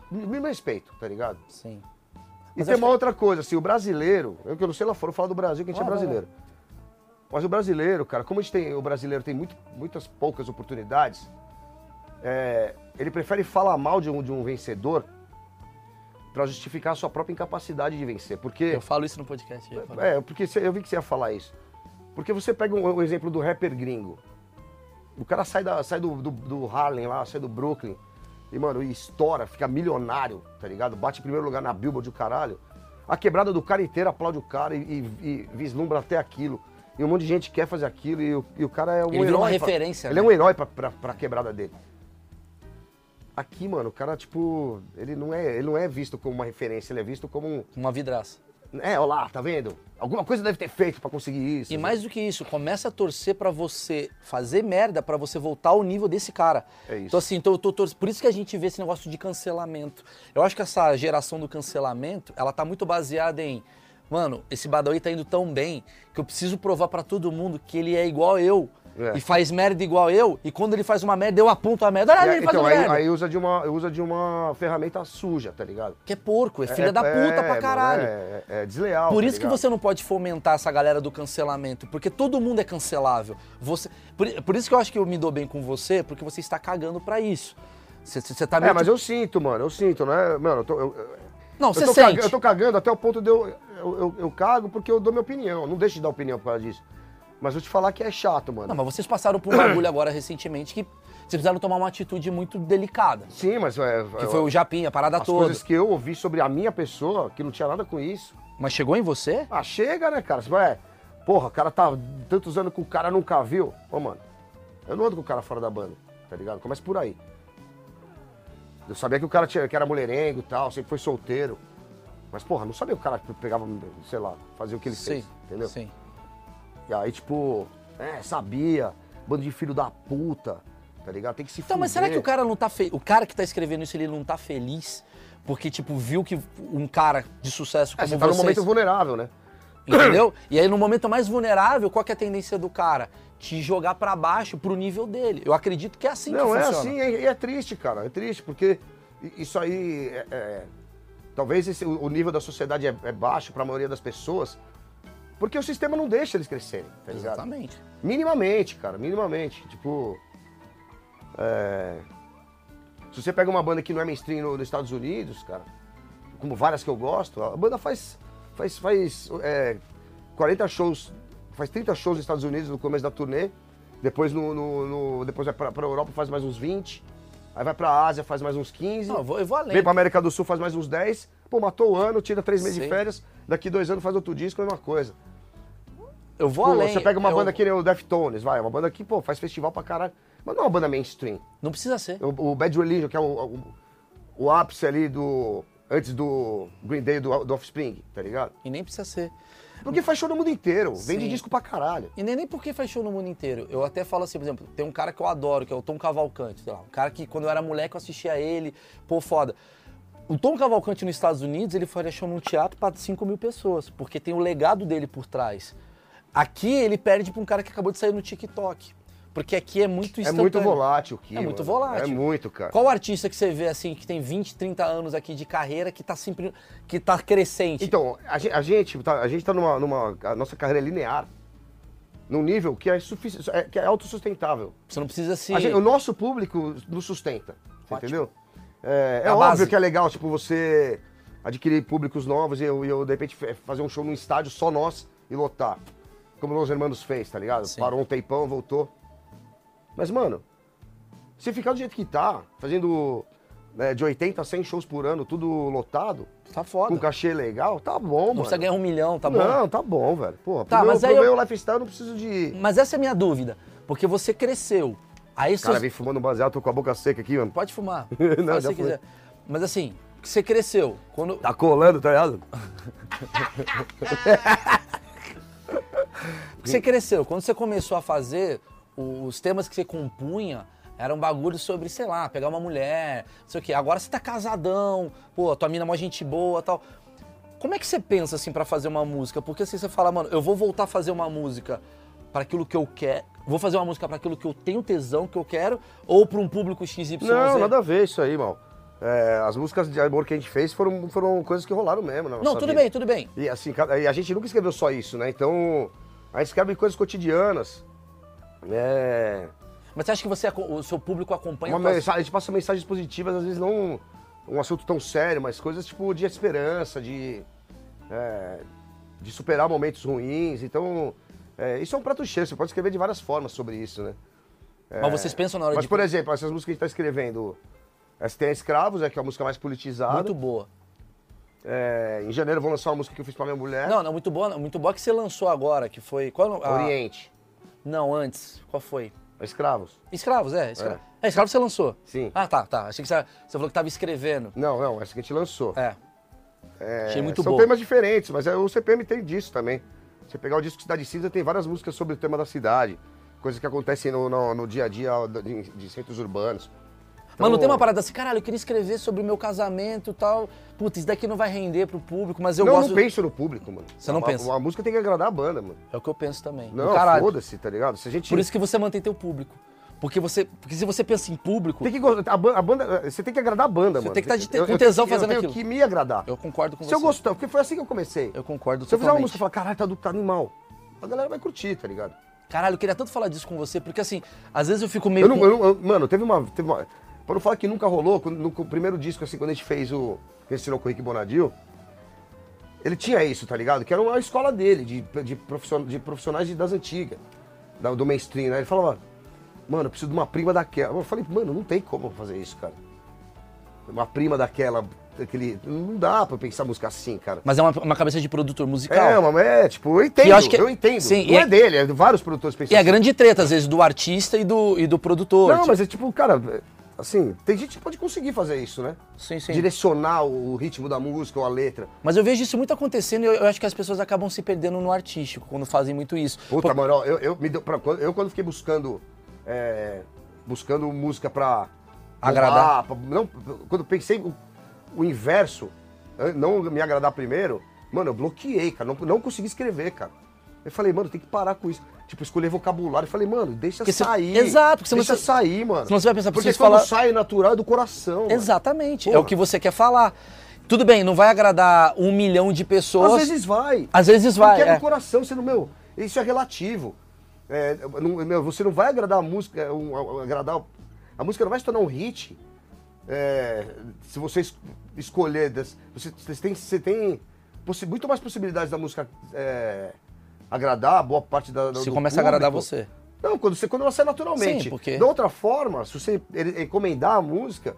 [SPEAKER 2] no mínimo respeito, tá ligado?
[SPEAKER 1] Sim.
[SPEAKER 2] E
[SPEAKER 1] Mas
[SPEAKER 2] tem
[SPEAKER 1] acho
[SPEAKER 2] uma
[SPEAKER 1] que-
[SPEAKER 2] outra coisa, assim, o brasileiro, eu que eu não sei lá fora, eu falo do Brasil, que a gente
[SPEAKER 1] Ah,
[SPEAKER 2] é
[SPEAKER 1] vai,
[SPEAKER 2] brasileiro. Mas o brasileiro, cara, como a gente tem, o brasileiro tem muito- muitas poucas oportunidades, é, ele prefere falar mal de um, de um vencedor pra justificar a sua própria incapacidade de vencer. Porque
[SPEAKER 1] Eu falo isso no podcast. eu falo.
[SPEAKER 2] é, porque você- eu vi que você ia falar isso. Porque você pega um- o exemplo do rapper gringo. O cara sai, da- sai do, do- do Harlem lá, sai do Brooklyn. E, mano, e estoura, fica milionário, tá ligado? Bate em primeiro lugar na Billboard, o caralho. A quebrada do cara inteiro aplaude o cara e, e- e vislumbra até aquilo. E um monte de gente quer fazer aquilo e o, e o cara é um
[SPEAKER 1] Ele
[SPEAKER 2] herói.
[SPEAKER 1] virou uma
[SPEAKER 2] pra-
[SPEAKER 1] referência,
[SPEAKER 2] Ele é
[SPEAKER 1] né?
[SPEAKER 2] um herói pra, pra, pra quebrada dele. Aqui, mano, o cara, tipo, ele não, é, ele não é visto como uma referência, ele é visto como um,
[SPEAKER 1] Uma vidraça.
[SPEAKER 2] é, olha lá, tá vendo? Alguma coisa deve ter feito pra conseguir isso.
[SPEAKER 1] E mais do que isso, começa a torcer pra você fazer merda pra você voltar ao nível desse cara.
[SPEAKER 2] É isso.
[SPEAKER 1] Então assim, então eu tô tor- por isso que a gente vê esse negócio de cancelamento. Eu acho que essa geração do cancelamento, ela tá muito baseada em, mano, esse Badawi tá indo tão bem que eu preciso provar pra todo mundo que ele é igual eu.
[SPEAKER 2] É.
[SPEAKER 1] E faz merda igual eu, e quando ele faz uma merda, eu aponto a merda. Olha,
[SPEAKER 2] E
[SPEAKER 1] ali,
[SPEAKER 2] aí-
[SPEAKER 1] ele faz um
[SPEAKER 2] então,
[SPEAKER 1] uma
[SPEAKER 2] aí,
[SPEAKER 1] merda.
[SPEAKER 2] aí usa, de uma, usa de uma ferramenta suja, tá ligado?
[SPEAKER 1] Que é porco, é filha
[SPEAKER 2] É-
[SPEAKER 1] da puta
[SPEAKER 2] é,
[SPEAKER 1] pra
[SPEAKER 2] mano,
[SPEAKER 1] caralho.
[SPEAKER 2] É, é- é desleal.
[SPEAKER 1] Por
[SPEAKER 2] tá
[SPEAKER 1] isso que
[SPEAKER 2] ligado?
[SPEAKER 1] você não pode fomentar essa galera do cancelamento, porque todo mundo é cancelável. Você, por, por isso que eu acho que eu me dou bem com você, porque você está cagando pra isso. Você, você tá meio
[SPEAKER 2] É, mas
[SPEAKER 1] que-
[SPEAKER 2] eu sinto, mano, eu sinto, né? Mano, eu tô. eu- eu-
[SPEAKER 1] Não,
[SPEAKER 2] eu
[SPEAKER 1] você
[SPEAKER 2] tô
[SPEAKER 1] sente.
[SPEAKER 2] caga- eu tô cagando até o ponto de eu. Eu, eu- eu cago porque eu dou minha opinião. Não deixo de dar opinião por causa disso. Mas vou te falar que é chato, mano.
[SPEAKER 1] Não, mas vocês passaram por um
[SPEAKER 2] *coughs*
[SPEAKER 1] bagulho agora recentemente que vocês precisaram tomar uma atitude muito delicada.
[SPEAKER 2] Sim, mas. É,
[SPEAKER 1] Que foi o Japinha, a parada
[SPEAKER 2] as
[SPEAKER 1] toda.
[SPEAKER 2] coisas que eu ouvi sobre a minha pessoa, que não tinha nada com isso.
[SPEAKER 1] Mas chegou em você?
[SPEAKER 2] Ah, chega, né, cara? Você vai. Porra, o cara tá tantos anos com o cara nunca viu. Ô, mano, eu não ando com o cara fora da banda, tá ligado? Começa por aí. Eu sabia que o cara tinha, que era mulherengo e tal, sempre foi solteiro. Mas, porra, não sabia que o cara pegava, sei lá, fazia o que ele
[SPEAKER 1] Sim.
[SPEAKER 2] fez, entendeu?
[SPEAKER 1] Sim.
[SPEAKER 2] E aí, tipo, é, sabia, bando de filho da puta, tá ligado? Tem que se
[SPEAKER 1] Então, mas será que
[SPEAKER 2] fuder.
[SPEAKER 1] o cara não tá fe... O cara que tá escrevendo isso, ele não tá feliz? Porque, tipo, viu que um cara de sucesso
[SPEAKER 2] É,
[SPEAKER 1] como
[SPEAKER 2] você tá num
[SPEAKER 1] vocês-
[SPEAKER 2] momento vulnerável, né?
[SPEAKER 1] Entendeu? E aí, no momento mais vulnerável, qual que é a tendência do cara? Te jogar pra baixo, pro nível dele. Eu acredito que é assim
[SPEAKER 2] não,
[SPEAKER 1] que
[SPEAKER 2] é
[SPEAKER 1] funciona.
[SPEAKER 2] assim, é, é triste, cara. É triste, porque i- isso aí. é- é- talvez esse- o o nível da sociedade é, é baixo para a maioria das pessoas, porque o sistema não deixa eles crescerem, tá ligado?
[SPEAKER 1] Exatamente.
[SPEAKER 2] Minimamente, cara, minimamente. Tipo. é, se você pega uma banda que não é mainstream no- nos Estados Unidos, cara, como várias que eu gosto, a banda faz. faz, faz é, 40 shows, faz 30 shows nos Estados Unidos no começo da turnê, depois, no, no- no- depois vai pra, pra Europa, faz mais uns 20, aí vai pra Ásia, faz mais uns 15.
[SPEAKER 1] Não, eu vou, eu vou além.
[SPEAKER 2] Vem pra América do Sul, faz mais uns 10. Pô, matou o ano, tira três meses
[SPEAKER 1] Sim.
[SPEAKER 2] de férias. Daqui dois anos faz outro disco, mesma coisa.
[SPEAKER 1] Eu vou
[SPEAKER 2] Pô,
[SPEAKER 1] além. é
[SPEAKER 2] você pega uma
[SPEAKER 1] Eu-
[SPEAKER 2] banda que nem o Deftones, vai, é uma banda que, pô, faz festival pra caralho. Mas não é uma banda mainstream.
[SPEAKER 1] Não precisa ser.
[SPEAKER 2] O, o Bad Religion, que é o, o, o ápice ali do. antes do Green Day do, do Offspring, tá ligado?
[SPEAKER 1] E nem precisa ser.
[SPEAKER 2] Porque faz show no mundo inteiro, vende
[SPEAKER 1] Sim.
[SPEAKER 2] disco pra caralho.
[SPEAKER 1] E nem, nem porque faz show no mundo inteiro. Eu até falo assim, por exemplo, tem um cara que eu adoro, que é o Tom Cavalcante, sei lá, um cara que quando eu era moleque eu assistia a ele, pô, foda. O Tom Cavalcante nos Estados Unidos, ele faria show num teatro para 5 mil pessoas, porque tem o legado dele por trás. Aqui ele perde pra um cara que acabou de sair no TikTok, porque aqui é muito
[SPEAKER 2] É
[SPEAKER 1] instantâneo.
[SPEAKER 2] muito volátil, Kim.
[SPEAKER 1] É muito
[SPEAKER 2] mano.
[SPEAKER 1] volátil.
[SPEAKER 2] É muito, cara.
[SPEAKER 1] Qual artista que você vê assim, que tem 20, 30 anos aqui de carreira, que tá sempre. que tá crescente?
[SPEAKER 2] Então, a gen- a gente, tá, a gente tá numa, numa. A nossa carreira é linear. Num nível que é, sufici- é, que é autossustentável.
[SPEAKER 1] você não precisa se.
[SPEAKER 2] A gente- o nosso público nos sustenta, você
[SPEAKER 1] Ótimo.
[SPEAKER 2] entendeu? É, é
[SPEAKER 1] A
[SPEAKER 2] óbvio
[SPEAKER 1] base.
[SPEAKER 2] que é legal, tipo, você adquirir públicos novos e eu, e eu, de repente, fe- fazer um show num estádio só nós e lotar. Como o Los Hermanos fez, tá ligado?
[SPEAKER 1] Sim.
[SPEAKER 2] Parou um tempão, voltou. Mas, mano, se ficar do jeito que tá, fazendo né, de 80 a 100 shows por ano, tudo lotado,
[SPEAKER 1] Tá foda.
[SPEAKER 2] com cachê legal, tá bom,
[SPEAKER 1] Não
[SPEAKER 2] mano.
[SPEAKER 1] precisa ganhar um milhão, tá bom?
[SPEAKER 2] Não, tá bom, velho. Porra,
[SPEAKER 1] Tá,
[SPEAKER 2] pro meu,
[SPEAKER 1] mas
[SPEAKER 2] pro
[SPEAKER 1] aí eu-
[SPEAKER 2] meu lifestyle eu não preciso de...
[SPEAKER 1] Mas essa é a minha dúvida. Porque você cresceu. Aí
[SPEAKER 2] Cara,
[SPEAKER 1] seus...
[SPEAKER 2] vem fumando um baseado, tô com a boca seca aqui,
[SPEAKER 1] *laughs*
[SPEAKER 2] mano.
[SPEAKER 1] Pode fumar.
[SPEAKER 2] *laughs* Não,
[SPEAKER 1] faz o que
[SPEAKER 2] já
[SPEAKER 1] você
[SPEAKER 2] fumei.
[SPEAKER 1] quiser. Mas assim, você cresceu. Quando...
[SPEAKER 2] Tá colando, tá ligado?
[SPEAKER 1] Você cresceu. Quando você começou a fazer, o- os temas que você compunha era um bagulho sobre, sei lá, pegar uma mulher, não sei o quê. Agora você tá casadão, pô, tua mina é mó gente boa tal. Como é que você pensa, assim, pra fazer uma música? Porque assim, você fala, mano, eu vou voltar a fazer uma música pra aquilo que eu quero, vou fazer uma música pra aquilo que eu tenho tesão, que eu quero, ou pra um público XYZ?
[SPEAKER 2] Não, nada a ver isso aí, irmão. É, as músicas de amor que a gente fez foram, foram coisas que rolaram mesmo. Na
[SPEAKER 1] Não,
[SPEAKER 2] nossa
[SPEAKER 1] tudo
[SPEAKER 2] vida.
[SPEAKER 1] bem, tudo bem.
[SPEAKER 2] E assim, cada- e a gente nunca escreveu só isso, né? Então, a gente escreve coisas cotidianas. É,
[SPEAKER 1] Mas você acha que você, aco- o seu público acompanha
[SPEAKER 2] uma
[SPEAKER 1] tuas-
[SPEAKER 2] mensagem, a gente passa mensagens positivas, às vezes não um assunto tão sério, mas coisas tipo de esperança, de, é, de superar momentos ruins. Então, é, isso é um prato cheio, você pode escrever de várias formas sobre isso, né?
[SPEAKER 1] Mas vocês pensam na hora
[SPEAKER 2] Mas,
[SPEAKER 1] de...
[SPEAKER 2] por exemplo, essas músicas que a gente tá escrevendo, essa tem a Escravos, é que é a música mais politizada.
[SPEAKER 1] Muito boa.
[SPEAKER 2] É, em janeiro eu vou lançar uma música que eu fiz pra minha mulher,
[SPEAKER 1] Não, não, muito boa, não, muito boa que você lançou agora, que foi... Qual, é o nome? Ah,
[SPEAKER 2] Oriente. É
[SPEAKER 1] Não, antes. Qual foi?
[SPEAKER 2] Escravos.
[SPEAKER 1] Escravos, é. Escra... É. Escravos você lançou.
[SPEAKER 2] Sim.
[SPEAKER 1] Ah, tá, tá. Achei que você, você falou que tava escrevendo.
[SPEAKER 2] Não, não, essa que a gente lançou.
[SPEAKER 1] É.
[SPEAKER 2] É,
[SPEAKER 1] Achei muito
[SPEAKER 2] são
[SPEAKER 1] boa.
[SPEAKER 2] temas diferentes, mas é, o CPM tem disso também. Você pegar o disco Cidade Cinza, tem várias músicas sobre o tema da cidade, coisas que acontecem no, no- no dia a dia de, de centros urbanos.
[SPEAKER 1] Mas não tem
[SPEAKER 2] Então-
[SPEAKER 1] uma parada assim, caralho, eu queria escrever sobre o meu casamento e tal. Putz, isso daqui não vai render pro público, mas eu
[SPEAKER 2] não,
[SPEAKER 1] gosto.
[SPEAKER 2] não penso no público, mano.
[SPEAKER 1] Você não
[SPEAKER 2] a,
[SPEAKER 1] pensa.
[SPEAKER 2] A, a música tem que agradar a banda, mano.
[SPEAKER 1] É o que eu penso também. Do
[SPEAKER 2] Não,
[SPEAKER 1] caralho.
[SPEAKER 2] foda-se, tá ligado? Se a gente...
[SPEAKER 1] Por isso que você mantém teu público. Porque você. Porque se você pensa em público,
[SPEAKER 2] Tem que, go- a, ban- a banda, você tem que agradar a banda,
[SPEAKER 1] Você
[SPEAKER 2] mano.
[SPEAKER 1] tem que tá de te-
[SPEAKER 2] Eu-
[SPEAKER 1] com
[SPEAKER 2] eu-
[SPEAKER 1] tesão
[SPEAKER 2] eu
[SPEAKER 1] fazendo
[SPEAKER 2] tenho
[SPEAKER 1] aquilo.
[SPEAKER 2] que me agradar.
[SPEAKER 1] eu concordo com
[SPEAKER 2] Se
[SPEAKER 1] você.
[SPEAKER 2] eu gostar, porque foi assim que eu comecei.
[SPEAKER 1] Eu concordo
[SPEAKER 2] Se eu fizer uma
[SPEAKER 1] totalmente.
[SPEAKER 2] música e falar, caralho, tá do tá animal, a galera vai curtir, tá ligado?
[SPEAKER 1] Caralho, eu queria tanto falar disso com você, porque assim, às vezes eu fico meio.
[SPEAKER 2] Eu não,
[SPEAKER 1] com-
[SPEAKER 2] eu não- eu- mano, teve uma, teve uma. Pra não falar que nunca rolou, quando- no, primeiro disco, assim, quando a gente fez o. que a gente tirou com o Rick Bonadil, ele tinha isso, tá ligado? Que era uma escola dele, de, de, profission- de profissionais de- das antigas, da- do mainstream, né? Ele falava, mano, eu preciso de uma prima daquela. Eu falei, mano, não tem como fazer isso, cara. Uma prima daquela, aquele. Não dá pra pensar música assim, cara.
[SPEAKER 1] Mas é uma, uma cabeça de produtor musical.
[SPEAKER 2] É, mas é, tipo, eu entendo,
[SPEAKER 1] Que eu
[SPEAKER 2] eu,
[SPEAKER 1] acho que-
[SPEAKER 2] entendo.
[SPEAKER 1] sim, e
[SPEAKER 2] não é,
[SPEAKER 1] é-
[SPEAKER 2] dele, é de vários produtores
[SPEAKER 1] E
[SPEAKER 2] pensam
[SPEAKER 1] a grande treta, às vezes, do artista e do, e do produtor.
[SPEAKER 2] Não, mas é tipo, cara, assim, tem gente que pode conseguir fazer isso, né?
[SPEAKER 1] Sim, sim.
[SPEAKER 2] Direcionar o ritmo da música ou a letra.
[SPEAKER 1] Mas eu vejo isso muito acontecendo e eu, eu acho que as pessoas acabam se perdendo no artístico quando fazem muito isso.
[SPEAKER 2] Puta, mano, ó, eu, eu, me deu, pra- quando- eu quando fiquei buscando. é, buscando música pra.
[SPEAKER 1] Agradar.
[SPEAKER 2] bombar, pra- não, quando pensei o, o inverso, eh, não me agradar primeiro, mano, eu bloqueei, cara. Não, não consegui escrever, cara. Eu falei, mano, tem que parar com isso. Tipo, escolher vocabulário. Eu falei, mano, deixa
[SPEAKER 1] Porque você-
[SPEAKER 2] sair.
[SPEAKER 1] Exato, porque senão
[SPEAKER 2] Deixa
[SPEAKER 1] você-
[SPEAKER 2] sair, mano.
[SPEAKER 1] senão você vai pensar,
[SPEAKER 2] Porque
[SPEAKER 1] preciso
[SPEAKER 2] quando
[SPEAKER 1] falar-
[SPEAKER 2] sai natural é do coração. mano.
[SPEAKER 1] Exatamente. É
[SPEAKER 2] Porra.
[SPEAKER 1] o que você quer falar. Tudo bem, não vai agradar um milhão de pessoas.
[SPEAKER 2] Às vezes vai.
[SPEAKER 1] Às vezes vai,
[SPEAKER 2] Porque é
[SPEAKER 1] é.
[SPEAKER 2] do coração, você não, meu, isso é relativo. É, não- meu, você não vai agradar a música, é, um, a- a- agradar. A música não vai se tornar um hit. é, se você es- escolher. das- Você, você tem, você tem possi- muito mais possibilidades da música é, agradar a boa parte da. da-
[SPEAKER 1] Se
[SPEAKER 2] do
[SPEAKER 1] começa a agradar
[SPEAKER 2] público.
[SPEAKER 1] você.
[SPEAKER 2] Não, quando, você, quando ela sai naturalmente.
[SPEAKER 1] Sim, porque-
[SPEAKER 2] Da outra forma, se você ele- encomendar a música,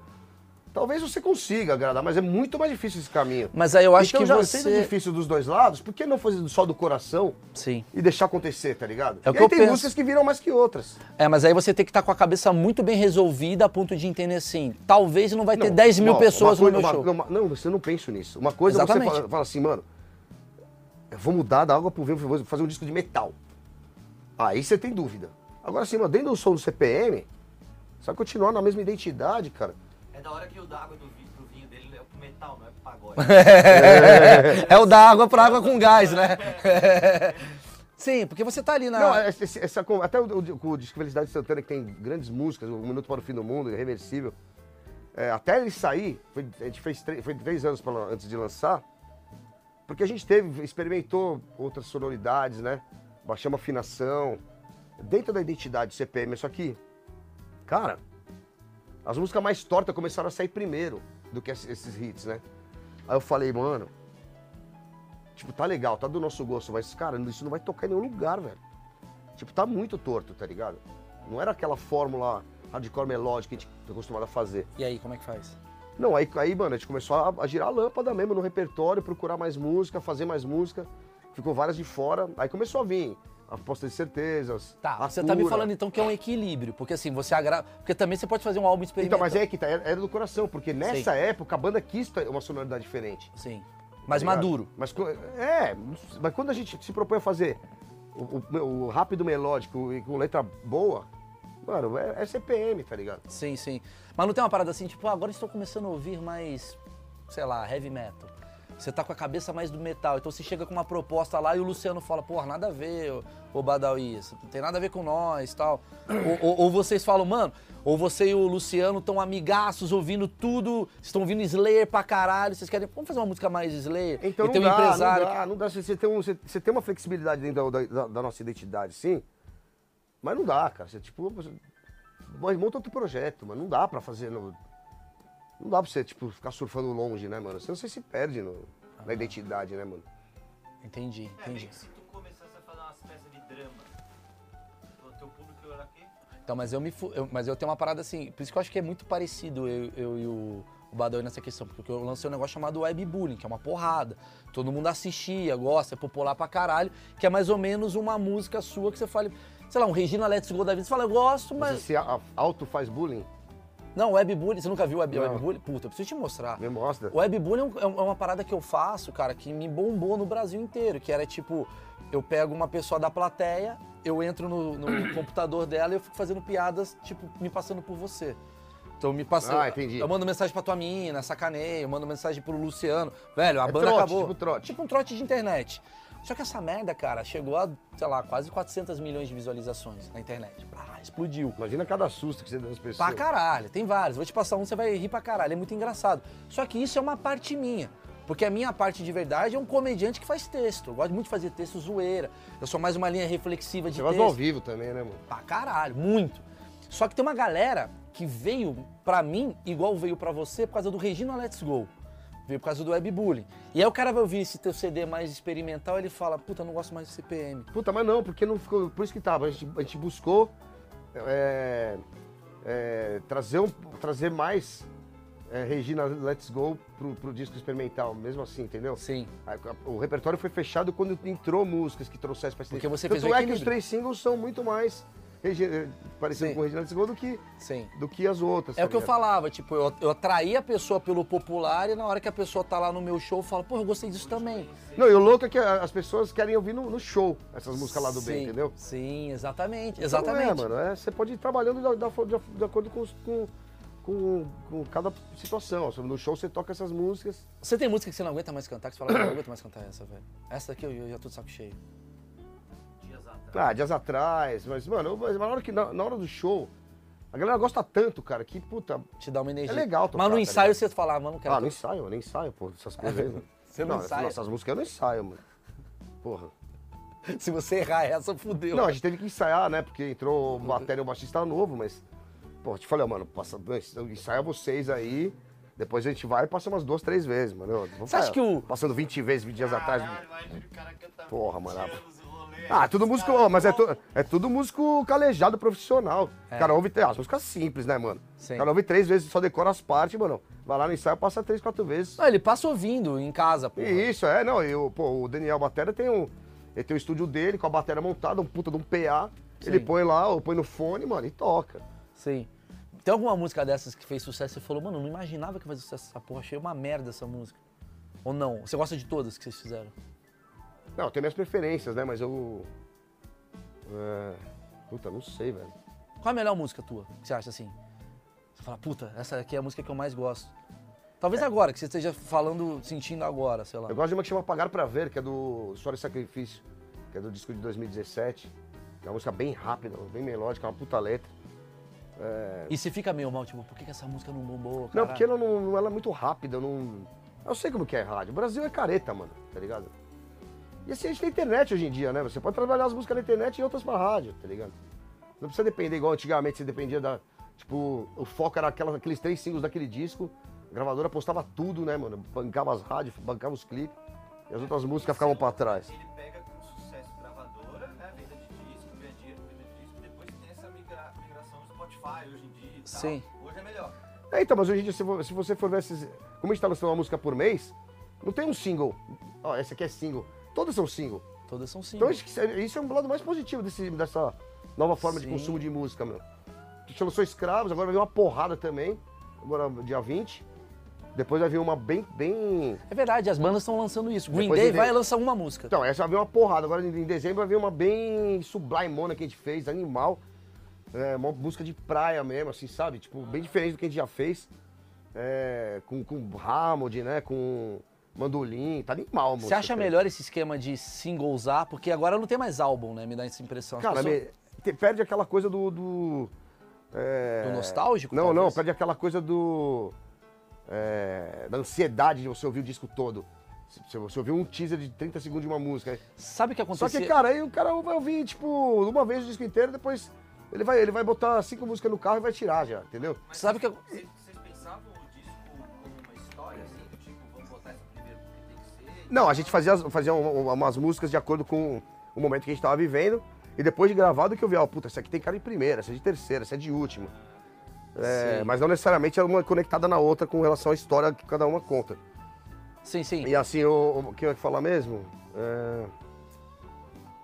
[SPEAKER 2] talvez você consiga agradar, mas é muito mais difícil esse caminho.
[SPEAKER 1] Mas aí eu acho
[SPEAKER 2] então,
[SPEAKER 1] que
[SPEAKER 2] já
[SPEAKER 1] você-
[SPEAKER 2] sendo difícil dos dois lados, por que não fazer só do coração
[SPEAKER 1] Sim.
[SPEAKER 2] e deixar acontecer, tá ligado?
[SPEAKER 1] É o
[SPEAKER 2] e
[SPEAKER 1] que
[SPEAKER 2] aí
[SPEAKER 1] eu
[SPEAKER 2] tem
[SPEAKER 1] penso.
[SPEAKER 2] músicas que viram mais que outras.
[SPEAKER 1] É, mas aí você tem que estar com a cabeça muito bem resolvida a ponto de entender assim. Talvez não vai ter 10 mil
[SPEAKER 2] não,
[SPEAKER 1] pessoas
[SPEAKER 2] uma
[SPEAKER 1] no
[SPEAKER 2] coisa-
[SPEAKER 1] meu show.
[SPEAKER 2] uma- Não, uma- não, você não pensa nisso. Uma coisa
[SPEAKER 1] Exatamente.
[SPEAKER 2] você fala, fala assim, mano, eu vou mudar da água pro vinho, vou fazer um disco de metal. Aí você tem dúvida. Agora assim, mano, dentro do som do CPM, só continuar na mesma identidade, cara.
[SPEAKER 3] É da hora que o da água do vinho, pro vinho dele é pro metal, não é pro pagode.
[SPEAKER 1] *laughs* É, o da água pra água com gás, né? *laughs* Sim, porque você tá ali na.
[SPEAKER 2] Não, essa, essa- essa con- até o, o, o disco Felicidade de Santana, que tem grandes músicas, O Minuto para o Fim do Mundo, Irreversível. é, até ele sair, foi- a gente fez três, foi três anos pra lan- antes de lançar, porque a gente teve, experimentou outras sonoridades, né? Baixamos afinação, dentro da identidade do CPM, só que, cara, as músicas mais tortas começaram a sair primeiro do que esses esses hits, né? Aí eu falei, mano, tipo, tá legal, tá do nosso gosto, mas, cara, isso não vai tocar em nenhum lugar, velho. Tipo, tá muito torto, tá ligado? Não era aquela fórmula hardcore melódica que a gente tá acostumado a fazer.
[SPEAKER 1] E aí, como é que faz?
[SPEAKER 2] Não, aí, aí, mano, a gente começou a, a girar a lâmpada mesmo no repertório, procurar mais música, fazer mais música. Ficou várias de fora. Aí começou a vir aposta de certezas.
[SPEAKER 1] Tá,
[SPEAKER 2] a
[SPEAKER 1] você tá me
[SPEAKER 2] Cura.
[SPEAKER 1] falando então que é um equilíbrio. Porque assim, você agrada. Porque também você pode fazer um álbum
[SPEAKER 2] Então,
[SPEAKER 1] experimental.
[SPEAKER 2] mas é que tá, era era do coração, porque nessa época a banda quis ter uma sonoridade diferente. tá
[SPEAKER 1] Sim. Mais
[SPEAKER 2] ligado?
[SPEAKER 1] maduro.
[SPEAKER 2] Mas co- é, mas quando a gente se propõe a fazer o, o- o rápido melódico e com letra boa, mano, é, é CPM, tá ligado?
[SPEAKER 1] Sim, sim. Mas não tem uma parada assim, tipo, ah, agora estou começando a ouvir mais, sei lá, heavy metal. Você tá com a cabeça mais do metal. Então você chega com uma proposta lá e o Luciano fala, porra, nada a ver, ô- ô Badawi, isso não tem nada a ver com nós tal. ou, ou- ou vocês falam, mano, ou você e o Luciano estão amigaços, ouvindo tudo, vocês estão ouvindo Slayer pra caralho, vocês querem, vamos fazer uma música mais Slayer?
[SPEAKER 2] Então
[SPEAKER 1] e
[SPEAKER 2] não,
[SPEAKER 1] tem um
[SPEAKER 2] dá,
[SPEAKER 1] empresário.
[SPEAKER 2] não
[SPEAKER 1] que-
[SPEAKER 2] dá, não dá. Você, você tem um- você- você tem uma flexibilidade dentro da, da- da nossa identidade, sim. Mas não dá, cara. Você, tipo, você- mas monta outro projeto, mano. Não dá pra fazer. No, não dá pra você, tipo, ficar surfando longe, né, mano? Senão você se perde no- na identidade, né, mano?
[SPEAKER 1] Entendi,
[SPEAKER 3] É, meio
[SPEAKER 1] entendi.
[SPEAKER 3] que se tu começasse a fazer umas peças de drama, o teu público era quê?
[SPEAKER 1] Então, mas eu me fu- eu- mas eu tenho uma parada assim, por isso que eu acho que é muito parecido eu, eu e o, o Badawi nessa questão, porque eu lancei um negócio chamado webbullying, que é uma porrada. Todo mundo assistia, gosta, é popular pra caralho, que é mais ou menos uma música sua que você fala, sei lá, um Regina Let's Go da vida, você fala, eu gosto,
[SPEAKER 2] Mas...
[SPEAKER 1] mas...
[SPEAKER 2] Você se a- a- auto faz bullying,
[SPEAKER 1] Não, webbullying, você nunca viu web,
[SPEAKER 2] Não.
[SPEAKER 1] webbullying? Puta, eu preciso te mostrar.
[SPEAKER 2] me mostra.
[SPEAKER 1] O Webbullying é um- é um- é uma parada que eu faço, cara, que me bombou no Brasil inteiro, que era tipo, eu pego uma pessoa da plateia, eu entro no,
[SPEAKER 2] *clears throat*
[SPEAKER 1] no computador dela e eu fico fazendo piadas, tipo, me passando por você. Então me passando.
[SPEAKER 2] Ah, entendi.
[SPEAKER 1] Eu mando mensagem pra tua mina, sacaneio, eu mando mensagem pro Luciano. Velho, a
[SPEAKER 2] É
[SPEAKER 1] banda
[SPEAKER 2] trote,
[SPEAKER 1] acabou.
[SPEAKER 2] tipo trote.
[SPEAKER 1] Tipo um trote de internet. Só que essa merda, cara, chegou a, sei lá, quase 400 milhões de visualizações na internet. Ah, explodiu.
[SPEAKER 2] Imagina cada susto que você dá nas pessoas.
[SPEAKER 1] Pra caralho, tem vários. Vou te passar um, você vai rir pra caralho. É muito engraçado. Só que isso é uma parte minha. Porque a minha parte de verdade é um comediante que faz texto. Eu gosto muito de fazer texto zoeira. Eu sou mais uma linha reflexiva de
[SPEAKER 2] Você gosta
[SPEAKER 1] texto.
[SPEAKER 2] do ao vivo também, né, mano?
[SPEAKER 1] Pra caralho, muito. Só que tem uma galera que veio pra mim igual veio pra você por causa do Regina Let's Go. Veio por causa do webbullying. E aí o cara vai ouvir esse teu CD mais experimental e ele fala, puta, eu não gosto mais do CPM.
[SPEAKER 2] Puta, mas não, porque não ficou. Por isso que tava. A gente, a gente buscou é, é, trazer, um- trazer mais é, Regina Let's Go pro, pro disco experimental, mesmo assim, entendeu?
[SPEAKER 1] Sim.
[SPEAKER 2] Aí, a- O repertório foi fechado quando entrou músicas que trouxessem pra esse
[SPEAKER 1] Porque você
[SPEAKER 2] Tanto
[SPEAKER 1] fez o
[SPEAKER 2] é que os
[SPEAKER 1] equilíbrio.
[SPEAKER 2] três singles são muito mais regi- eh, parecidos
[SPEAKER 1] Sim.
[SPEAKER 2] com Regina Let's Go do que,
[SPEAKER 1] Sim.
[SPEAKER 2] do que as outras. tá
[SPEAKER 1] É o que eu
[SPEAKER 2] falo.
[SPEAKER 1] falava, tipo, eu, eu atraí a pessoa pelo popular e na hora que a pessoa tá lá no meu show, eu falo, pô, eu gostei disso também.
[SPEAKER 2] Não, e o louco é que a- as pessoas querem ouvir no, no show essas músicas lá do bem,
[SPEAKER 1] Sim,
[SPEAKER 2] entendeu?
[SPEAKER 1] Sim, exatamente,
[SPEAKER 2] Então não
[SPEAKER 1] exatamente.
[SPEAKER 2] É, mano, é, você pode ir trabalhando da- da fo- de, de acordo com, os- com, com, com cada situação. No show você toca essas músicas.
[SPEAKER 1] Você tem música que você não aguenta mais cantar, que você fala, "Cara, eu não aguento mais cantar essa, velho. Essa daqui eu, eu já tô de saco cheio.
[SPEAKER 3] Dias atrás.
[SPEAKER 2] Ah, dias atrás, mas, mano, eu- mas na hora, que, na, na hora do show, a galera gosta tanto, cara, que puta.
[SPEAKER 1] Te dá uma energia.
[SPEAKER 2] É legal tocar,
[SPEAKER 1] Mas no
[SPEAKER 2] tá
[SPEAKER 1] ensaio
[SPEAKER 2] ligado?
[SPEAKER 1] você fala, ah, mano, não quero.
[SPEAKER 2] Ah, não ensaio, eu nem ensaio, pô,
[SPEAKER 1] *laughs*
[SPEAKER 2] essas coisas aí, mano.
[SPEAKER 1] Você não ensaia?
[SPEAKER 2] Essas músicas eu não ensaio, mano. Porra.
[SPEAKER 1] *laughs* Se você errar essa, fudeu.
[SPEAKER 2] Não, a gente teve que ensaiar, né? Porque entrou
[SPEAKER 1] Uhum.
[SPEAKER 2] o bateria e o baixista novo, mas. Pô, te falei, ó, mano, passa, ensaia vocês aí. Depois a gente vai e passa umas duas, três vezes, mano. Eu- vamos
[SPEAKER 1] Você acha
[SPEAKER 2] pra-
[SPEAKER 1] que o-
[SPEAKER 2] Passando 20 vezes, 20 dias atrás.
[SPEAKER 3] Caralho, imagina o cara canta
[SPEAKER 2] Porra,
[SPEAKER 1] tá.
[SPEAKER 2] mano.
[SPEAKER 3] 20 anos, o rolê.
[SPEAKER 2] Ah, é tudo
[SPEAKER 3] Os
[SPEAKER 2] músico.
[SPEAKER 3] caras
[SPEAKER 2] ó, mas é,
[SPEAKER 3] tão-
[SPEAKER 2] tu- é tudo músico calejado profissional.
[SPEAKER 1] É.
[SPEAKER 2] Cara, ouve as músicas simples, né, mano?
[SPEAKER 1] Sim.
[SPEAKER 2] Cara, ouve três vezes, só decora as partes, mano. Vai lá no ensaio, passa três, quatro vezes.
[SPEAKER 1] Não, ele passa ouvindo em casa, pô.
[SPEAKER 2] E isso, é, não. E o, pô, o Daniel Batera tem um. Ele tem o estúdio dele com a bateria montada, um puta de um PA. Ele
[SPEAKER 1] Sim.
[SPEAKER 2] põe lá, ou põe no fone, mano, e toca.
[SPEAKER 1] Sim. Tem alguma música dessas que fez sucesso e você falou, mano, eu não imaginava que ia fazer sucesso essa porra, achei uma merda essa música. Ou não? Você gosta de todas que vocês fizeram?
[SPEAKER 2] Não, eu tenho minhas preferências, né? Mas eu. É, puta, não sei, velho.
[SPEAKER 1] Qual a melhor música tua? Que você acha assim? Você fala, puta, essa aqui é a música que eu mais gosto. Talvez agora, que você esteja falando, sentindo agora, sei lá.
[SPEAKER 2] É. Eu gosto de uma que chama Pagar Pra Ver, que é do Suor e Sacrifício, que é do disco de 2017. Que é uma música bem rápida, bem melódica, uma puta letra. É,
[SPEAKER 1] E você fica meio mal, tipo, por que, que essa música não bombou?
[SPEAKER 2] Não,
[SPEAKER 1] caralho?
[SPEAKER 2] porque ela, não, ela é muito rápida, eu não. Eu sei como que é rádio. O Brasil é careta, mano, tá ligado? E assim, a gente tem internet hoje em dia, né? Você pode trabalhar as músicas na internet e outras pra rádio, tá ligado? Não precisa depender igual antigamente, você dependia da. Tipo, o foco era aquela, aqueles três singles daquele disco. A gravadora postava tudo, né, mano? Bancava as rádios, bancava os clipes. E as outras músicas ficavam pra trás.
[SPEAKER 3] Ele pega com sucesso gravadora, né? Venda de disco, ganha dinheiro, venda de disco. Depois tem essa migra- migração do Spotify hoje em dia e tal.
[SPEAKER 1] Sim.
[SPEAKER 3] Hoje é melhor.
[SPEAKER 2] É, então, mas hoje em dia, se vo- se você for ver esses. Como a gente tá lançando uma música por mês, não tem um single. Ó, essa aqui é single. Todas são single.
[SPEAKER 1] Todas são
[SPEAKER 2] Então
[SPEAKER 1] singles.
[SPEAKER 2] acho que isso é- isso é um lado mais positivo desse- dessa nova forma
[SPEAKER 1] Sim.
[SPEAKER 2] de consumo de música, meu. A gente lançou Escravos, agora vai vir uma porrada também, agora dia 20. Depois vai vir uma bem, bem...
[SPEAKER 1] É verdade, as bandas estão lançando isso. Green
[SPEAKER 2] Depois
[SPEAKER 1] Day
[SPEAKER 2] ele-
[SPEAKER 1] vai lançar uma música.
[SPEAKER 2] Então, essa vai vir uma porrada, agora em em dezembro vai vir uma bem sublimona que a gente fez, animal. É, uma música de praia mesmo, assim, sabe? Tipo, bem diferente do que a gente já fez. É, com, com Hammond, né? Com Mandolim, tá animal, mano.
[SPEAKER 1] Você acha melhor esse esquema de singlesar? Porque agora não tem mais álbum, né? Me dá essa impressão. As
[SPEAKER 2] Cara,
[SPEAKER 1] pessoas-
[SPEAKER 2] me- te- perde aquela coisa do. Do, é,
[SPEAKER 1] Do nostálgico,
[SPEAKER 2] Não, não,
[SPEAKER 1] talvez?
[SPEAKER 2] perde aquela coisa do. é, da ansiedade de você ouvir o disco todo. Se- se Você ouviu um teaser de 30 segundos de uma música. aí-
[SPEAKER 1] Sabe o que
[SPEAKER 2] Só
[SPEAKER 1] aconteceu?
[SPEAKER 2] que, cara, aí o cara vai ouvir, tipo, uma vez o disco inteiro, depois ele vai, ele vai botar cinco músicas no carro e vai tirar já, entendeu?
[SPEAKER 1] Sabe que eu-
[SPEAKER 3] Vocês vocês tipo, pensavam o disco como uma história, assim? do Tipo, vamos botar isso primeiro porque tem que ser.
[SPEAKER 2] Não, a gente fazia, as- fazia um- um- umas músicas de acordo com o momento que a gente tava vivendo. E depois de gravado que eu vi, ó, puta, essa aqui tem cara de primeira, essa é de terceira, essa é de última. É,
[SPEAKER 1] Sim.
[SPEAKER 2] mas não necessariamente é uma conectada na outra com relação à história que cada uma conta.
[SPEAKER 1] Sim, sim.
[SPEAKER 2] E assim, o, o que eu ia falar mesmo? É,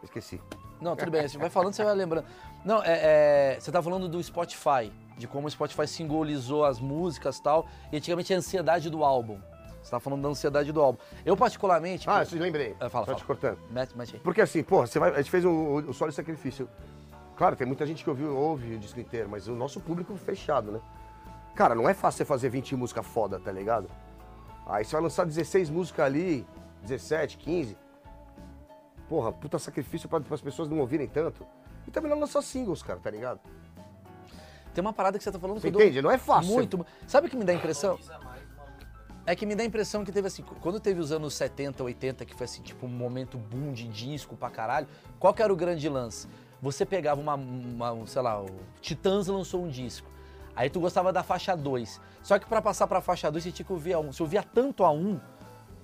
[SPEAKER 2] Esqueci.
[SPEAKER 1] Não, tudo bem. Você vai falando, você vai lembrando. Não, é, é, você tá falando do Spotify, de como o Spotify singolizou as músicas e tal. E antigamente a ansiedade do álbum. Você tá falando da ansiedade do álbum. Eu, particularmente.
[SPEAKER 2] Ah,
[SPEAKER 1] pô,
[SPEAKER 2] eu lembrei.
[SPEAKER 1] Ah, fala,
[SPEAKER 2] Só
[SPEAKER 1] fala.
[SPEAKER 2] te cortando.
[SPEAKER 1] mete, mete aí.
[SPEAKER 2] Porque assim, porra, você vai, a gente fez o, o, o Solo e Sacrifício. Claro, tem muita gente que ouviu, ouve o disco inteiro, mas o nosso público fechado, né? Cara, não é fácil você fazer 20 músicas foda, tá ligado? Aí você vai lançar 16 músicas ali, 17, 15. Porra, puta sacrifício para as pessoas não ouvirem tanto. E também não lançar singles, cara, tá ligado?
[SPEAKER 1] Tem uma parada que você tá falando que
[SPEAKER 2] Você
[SPEAKER 1] eu dou
[SPEAKER 2] entende? Não é fácil.
[SPEAKER 1] muito. Sabe o que me dá a impressão?
[SPEAKER 3] Valoriza mais uma música.
[SPEAKER 1] É que me dá a impressão que teve assim, quando teve os anos 70, 80, que foi assim, tipo, um momento boom de disco pra caralho, qual que era o grande lance? Você pegava uma, uma- um, sei lá, o Titãs lançou um disco. Aí tu gostava da faixa 2. Só que pra passar pra faixa 2 você tinha que ouvir a 1. Um. Você ouvia tanto a 1 um,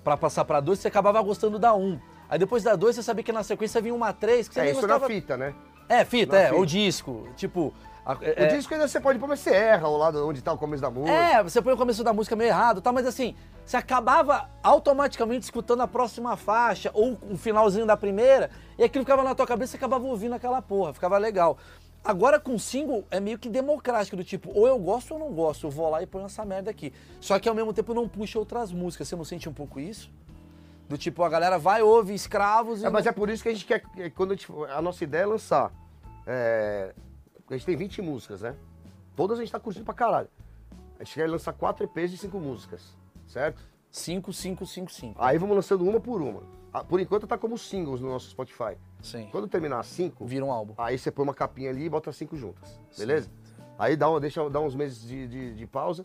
[SPEAKER 1] pra passar pra 2, você acabava gostando da 1. Um. Aí depois da 2 você sabia que na sequência vinha uma 3, que você
[SPEAKER 2] É,
[SPEAKER 1] nem
[SPEAKER 2] isso
[SPEAKER 1] gostava.
[SPEAKER 2] na fita, né?
[SPEAKER 1] É, fita,
[SPEAKER 2] na
[SPEAKER 1] é,
[SPEAKER 2] fita.
[SPEAKER 1] ou disco. Tipo. a-
[SPEAKER 2] O
[SPEAKER 1] é-
[SPEAKER 2] disco ainda você pode pôr, mas você erra o lado onde tá o começo da música.
[SPEAKER 1] É, você põe o começo da música meio errado, tá? Mas assim, você acabava automaticamente escutando a próxima faixa ou o finalzinho da primeira, e aquilo ficava na tua cabeça e você acabava ouvindo aquela porra, ficava legal. Agora com single é meio que democrático, do tipo, ou eu gosto ou não gosto, eu vou lá e ponho essa merda aqui. Só que ao mesmo tempo não puxa outras músicas, você não sente um pouco isso? Do tipo, a galera vai, ouve escravos e.
[SPEAKER 2] É, mas
[SPEAKER 1] não-
[SPEAKER 2] é por isso que a gente quer. que- Quando a, gente- a nossa ideia é lançar. é, a gente tem 20 músicas, né? Todas a gente tá curtindo pra caralho. A gente quer lançar 4 EPs de 5 músicas, certo?
[SPEAKER 1] 5, 5, 5, 5.
[SPEAKER 2] Aí vamos lançando uma por uma. Ah, Por enquanto tá como singles no nosso Spotify.
[SPEAKER 1] Sim.
[SPEAKER 2] Quando terminar as 5,
[SPEAKER 1] Vira um álbum.
[SPEAKER 2] aí você põe uma capinha ali e bota as 5 juntas, beleza? Aí dá, uma, deixa, dá uns meses de, de- de pausa,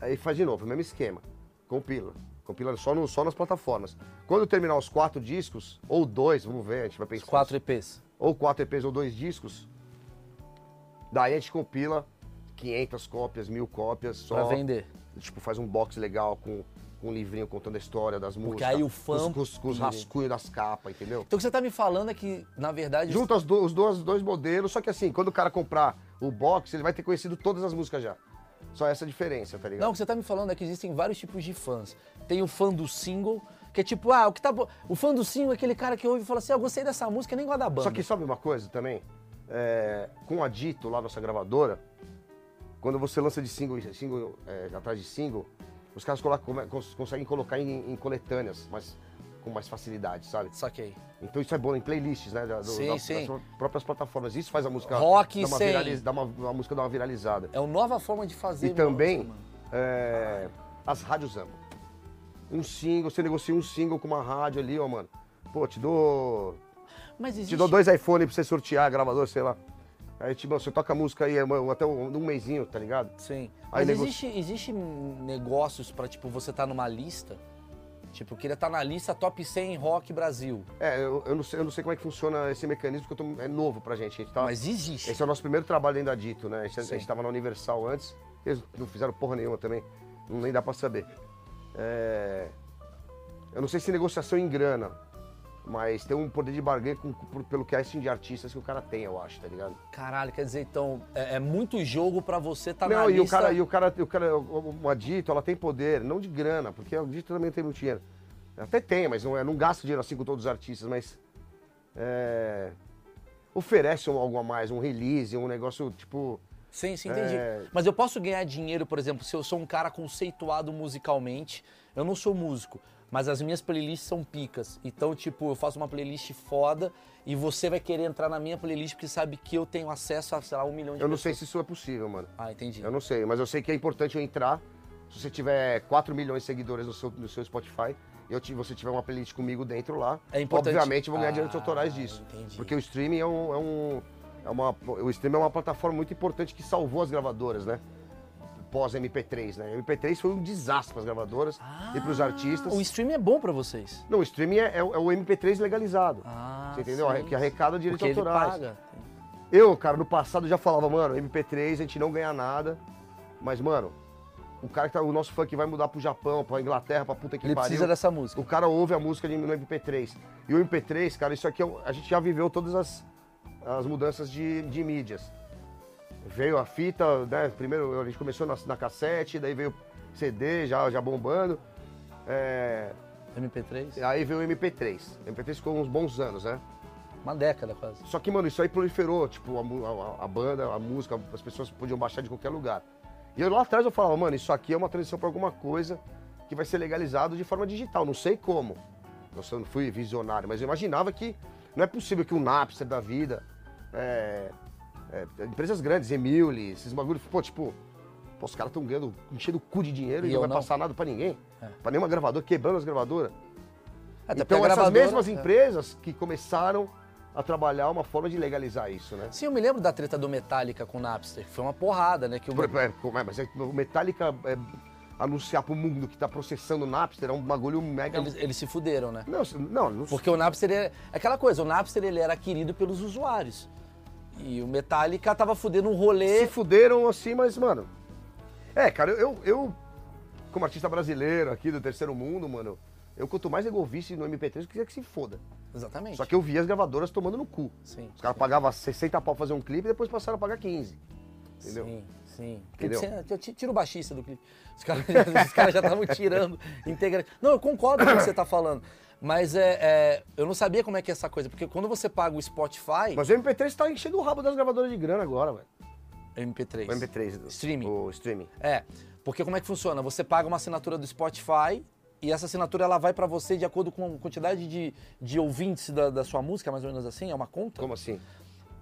[SPEAKER 2] aí faz de novo, o mesmo esquema. Compila. Compila só, no- só nas plataformas. Quando terminar os quatro discos, ou dois, vamos ver, a gente vai
[SPEAKER 1] Os
[SPEAKER 2] pensar.
[SPEAKER 1] quatro EPs.
[SPEAKER 2] ou quatro EPs ou dois discos. Daí a gente compila 500 cópias, mil cópias só.
[SPEAKER 1] Pra vender.
[SPEAKER 2] Tipo, faz um box legal com, com um livrinho contando a história das músicas.
[SPEAKER 1] aí o
[SPEAKER 2] com os-
[SPEAKER 1] fã
[SPEAKER 2] Com os, com os
[SPEAKER 1] pira.
[SPEAKER 2] rascunhos das capas, entendeu?
[SPEAKER 1] Então o que você tá me falando é que, na verdade.
[SPEAKER 2] Junta os, do- os dois, dois modelos, só que assim, quando o cara comprar o box, ele vai ter conhecido todas as músicas já. Só essa diferença, tá ligado?
[SPEAKER 1] Não, o que você tá me falando é que existem vários tipos de fãs. Tem o fã do single, que é tipo, ah, o que tá bom. O fã do single é aquele cara que ouve e fala assim, ah, eu gostei dessa música, nem gosto da banda.
[SPEAKER 2] Só que sabe uma coisa também? É, com a Dito, lá nossa gravadora, quando você lança de single, single é, atrás de single, os caras colo- come- cons- conseguem colocar em, em coletâneas, mas com mais facilidade, sabe?
[SPEAKER 1] Saquei.
[SPEAKER 2] Então isso é bom em playlists, né? da- do-
[SPEAKER 1] Sim,
[SPEAKER 2] da-
[SPEAKER 1] sim.
[SPEAKER 2] Das próprias plataformas. Isso faz a música.
[SPEAKER 1] Rock
[SPEAKER 2] dar uma
[SPEAKER 1] sem-
[SPEAKER 2] viraliz- dar uma- a música dar uma viralizada.
[SPEAKER 1] É uma nova forma de fazer.
[SPEAKER 2] E
[SPEAKER 1] música,
[SPEAKER 2] também
[SPEAKER 1] mano.
[SPEAKER 2] é, as rádios amam. Um single, você negocia um single com uma rádio ali, ó, mano. Pô, te dou
[SPEAKER 1] Mas existe.
[SPEAKER 2] te dou dois iPhone pra você sortear, gravador, sei lá. Aí, tipo, você toca a música aí mano, até um, um mêsinho, tá ligado?
[SPEAKER 1] Sim.
[SPEAKER 2] Aí
[SPEAKER 1] Mas
[SPEAKER 2] nego-
[SPEAKER 1] existe, existe negócios pra, tipo, você tá numa lista. Tipo, eu queria estar na lista top 100 rock Brasil.
[SPEAKER 2] É, eu, eu não sei, eu não sei como é que funciona esse mecanismo, porque eu tô- é novo pra gente. A gente tá,
[SPEAKER 1] Mas existe.
[SPEAKER 2] Esse é o nosso primeiro trabalho ainda dito, né? A gente, a
[SPEAKER 1] Sim.
[SPEAKER 2] gente tava na Universal antes, eles não fizeram porra nenhuma também, não nem dá pra saber. É, Eu não sei se negociação em grana, mas tem um poder de barganha com- por- pelo casting de artistas que o cara tem, eu acho, tá ligado?
[SPEAKER 1] Caralho, quer dizer, então, é, é muito jogo pra você tá na
[SPEAKER 2] não, e
[SPEAKER 1] lista.
[SPEAKER 2] o cara, e o cara, o cara, o adito, ela tem poder, não de grana, porque o adito também tem muito dinheiro. Até tem, mas não é, não gasta dinheiro assim com todos os artistas, mas é, oferece um- algo a mais, um release, um negócio tipo,
[SPEAKER 1] Sim, sim, entendi.
[SPEAKER 2] É.
[SPEAKER 1] Mas eu posso ganhar dinheiro, por exemplo, se eu sou um cara conceituado musicalmente. Eu não sou músico, mas as minhas playlists são picas. Então, tipo, eu faço uma playlist foda e você vai querer entrar na minha playlist porque sabe que eu tenho acesso a, sei lá, um milhão de
[SPEAKER 2] eu não
[SPEAKER 1] pessoas.
[SPEAKER 2] sei se isso é possível, mano.
[SPEAKER 1] Ah, entendi.
[SPEAKER 2] Eu não sei, mas eu sei que é importante eu entrar Se você tiver 4 milhões de seguidores no seu, no seu Spotify, e eu, ti- você tiver uma playlist comigo dentro lá,
[SPEAKER 1] É importante.
[SPEAKER 2] obviamente eu vou ganhar direitos
[SPEAKER 1] Ah,
[SPEAKER 2] autorais disso.
[SPEAKER 1] entendi.
[SPEAKER 2] Porque o streaming é um. É um é uma, o streaming é uma plataforma muito importante que salvou as gravadoras, né? Pós MP3, né? MP3 foi um desastre para as gravadoras
[SPEAKER 1] Ah,
[SPEAKER 2] e para os artistas.
[SPEAKER 1] O streaming é bom pra vocês.
[SPEAKER 2] Não, o streaming é, é o é o MP3 legalizado.
[SPEAKER 1] Ah,
[SPEAKER 2] você entendeu?
[SPEAKER 1] sim,
[SPEAKER 2] que arrecada direitos
[SPEAKER 1] Porque ele
[SPEAKER 2] autorais.
[SPEAKER 1] paga.
[SPEAKER 2] Eu, cara, no passado já falava, mano, MP3, a gente não ganha nada. Mas, mano, o cara que tá. O nosso funk vai mudar pro Japão, pra Inglaterra, pra puta que
[SPEAKER 1] Ele
[SPEAKER 2] pariu.
[SPEAKER 1] precisa dessa música.
[SPEAKER 2] O cara ouve a música de- no MP3. E o MP3, cara, isso aqui é um- a gente já viveu todas as, as mudanças de, de mídias. Veio a fita, né? Primeiro a gente começou na, na cassete, daí veio CD já, já bombando. É,
[SPEAKER 1] MP3.
[SPEAKER 2] aí veio o MP3. O MP3 ficou uns bons anos, né?
[SPEAKER 1] Uma década quase.
[SPEAKER 2] Só que, mano, isso aí proliferou, tipo, a, mu- a- a banda, a música, as pessoas podiam baixar de qualquer lugar. E eu lá atrás eu falava, mano, isso aqui é uma transição para alguma coisa que vai ser legalizado de forma digital, não sei como. Eu só não fui visionário, mas eu imaginava que não é possível que o Napster da vida, é, é, empresas grandes, Emule, esses bagulhos, pô, tipo, pô, os caras estão ganhando, enchendo o cu de dinheiro
[SPEAKER 1] E
[SPEAKER 2] e, não
[SPEAKER 1] eu
[SPEAKER 2] vai
[SPEAKER 1] não?
[SPEAKER 2] passar nada para ninguém,
[SPEAKER 1] É.
[SPEAKER 2] para nenhuma gravadora, quebrando as gravadoras
[SPEAKER 1] Até porque a
[SPEAKER 2] então essas
[SPEAKER 1] gravadora-
[SPEAKER 2] mesmas
[SPEAKER 1] é.
[SPEAKER 2] empresas que começaram a trabalhar uma forma de legalizar isso, né?
[SPEAKER 1] Sim, eu me lembro da treta do Metallica com o Napster, que foi uma porrada, né? Que o...
[SPEAKER 2] Por- é, como é, mas é, o Metallica é, anunciar pro mundo que tá processando o Napster é um bagulho mega.
[SPEAKER 1] eles, eles se fuderam, né?
[SPEAKER 2] Não, não, não
[SPEAKER 1] Porque o Napster era. Aquela coisa, o Napster ele era querido pelos usuários. E o Metallica tava fudendo um rolê.
[SPEAKER 2] se fuderam assim, mas, mano. É, cara, eu, eu, como artista brasileiro aqui do terceiro mundo, mano, eu quanto mais egovice no MP3, eu queria que se foda.
[SPEAKER 1] Exatamente.
[SPEAKER 2] Só que eu vi as gravadoras tomando no cu.
[SPEAKER 1] Sim.
[SPEAKER 2] Os caras pagavam 60 pau pra fazer um clipe e depois passaram a pagar 15. Entendeu?
[SPEAKER 1] Sim, sim.
[SPEAKER 2] Entendeu?
[SPEAKER 1] Tem que ser- ti- Tira o baixista do clipe. Os caras *laughs* os caras já estavam tirando integra. Não, eu concordo com o que você tá falando. Mas é, é, eu não sabia como é que é essa coisa, porque quando você paga o Spotify,
[SPEAKER 2] Mas o MP3 tá enchendo o rabo das gravadoras de grana agora, velho.
[SPEAKER 1] MP3.
[SPEAKER 2] O MP3. do-
[SPEAKER 1] Streaming.
[SPEAKER 2] né? O streaming.
[SPEAKER 1] É, porque como é que funciona? Você paga uma assinatura do Spotify e essa assinatura ela vai pra você de acordo com a quantidade de, de ouvintes da, da sua música, mais ou menos assim, é uma conta.
[SPEAKER 2] Como assim?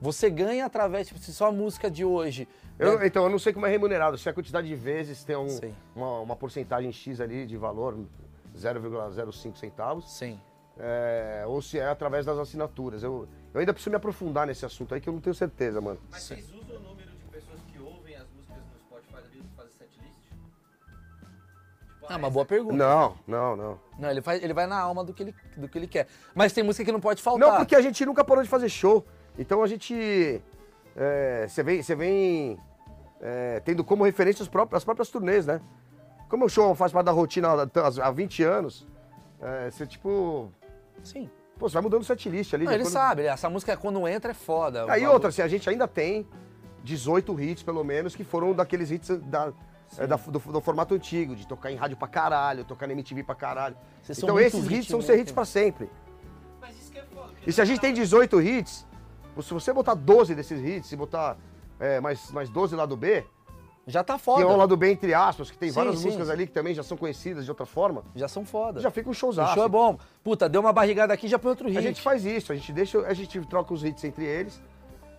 [SPEAKER 1] Você ganha através, tipo, se só a música de hoje.
[SPEAKER 2] Eu-
[SPEAKER 1] né?
[SPEAKER 2] então, eu não sei como é remunerado. Se a quantidade de vezes tem um-
[SPEAKER 1] Sei.
[SPEAKER 2] uma, uma porcentagem X ali de valor, 0,05 centavos,
[SPEAKER 1] Sim.
[SPEAKER 2] é, ou se é através das assinaturas. Eu, eu ainda preciso me aprofundar nesse assunto aí que eu não tenho certeza, mano.
[SPEAKER 3] Mas vocês usam o número de pessoas que ouvem as músicas no Spotify da vida pra fazer setlist? Tipo,
[SPEAKER 1] Ah,
[SPEAKER 3] ah,
[SPEAKER 1] uma boa pergunta.
[SPEAKER 2] Não, não, não.
[SPEAKER 1] Não, ele, faz, ele vai na alma do que, ele, do que ele quer. Mas tem música que não pode faltar.
[SPEAKER 2] Não, porque a gente nunca parou de fazer show. Então a gente. é, Você vem, você vem é, tendo como referência os próprios- as próprias turnês, né? Como o show faz parte da rotina há há 20 anos, é, você tipo.
[SPEAKER 1] Sim.
[SPEAKER 2] Pô, você vai mudando o setlist ali.
[SPEAKER 1] Não,
[SPEAKER 2] de
[SPEAKER 1] ele
[SPEAKER 2] quando-
[SPEAKER 1] sabe, ele- essa música quando entra é foda. O
[SPEAKER 2] Aí
[SPEAKER 1] bagulho-
[SPEAKER 2] outra, assim, a gente ainda tem 18 hits, pelo menos, que foram daqueles hits da, é, da- do, do formato antigo, de tocar em rádio pra caralho, tocar na MTV pra caralho.
[SPEAKER 1] Vocês são
[SPEAKER 2] então
[SPEAKER 1] muito
[SPEAKER 2] esses hits vão
[SPEAKER 1] ritmo,
[SPEAKER 2] ser
[SPEAKER 1] né,
[SPEAKER 2] hits
[SPEAKER 1] cara?
[SPEAKER 2] pra sempre.
[SPEAKER 3] Mas isso que é foda. porque
[SPEAKER 2] E se a gente tem
[SPEAKER 3] na-
[SPEAKER 2] 18 hits, se você botar 12 desses hits, se botar é, mais, mais 12 lá do B,
[SPEAKER 1] Já tá
[SPEAKER 2] que é o
[SPEAKER 1] foda.
[SPEAKER 2] lado B entre aspas, que tem
[SPEAKER 1] Sim,
[SPEAKER 2] várias
[SPEAKER 1] sim.
[SPEAKER 2] músicas ali que também já são conhecidas de outra forma,
[SPEAKER 1] Já são foda.
[SPEAKER 2] já fica um
[SPEAKER 1] o
[SPEAKER 2] showzaço.
[SPEAKER 1] show é bom. Puta, deu uma barrigada aqui, já põe outro hit.
[SPEAKER 2] A gente faz isso, a gente deixa, a gente troca os hits entre eles.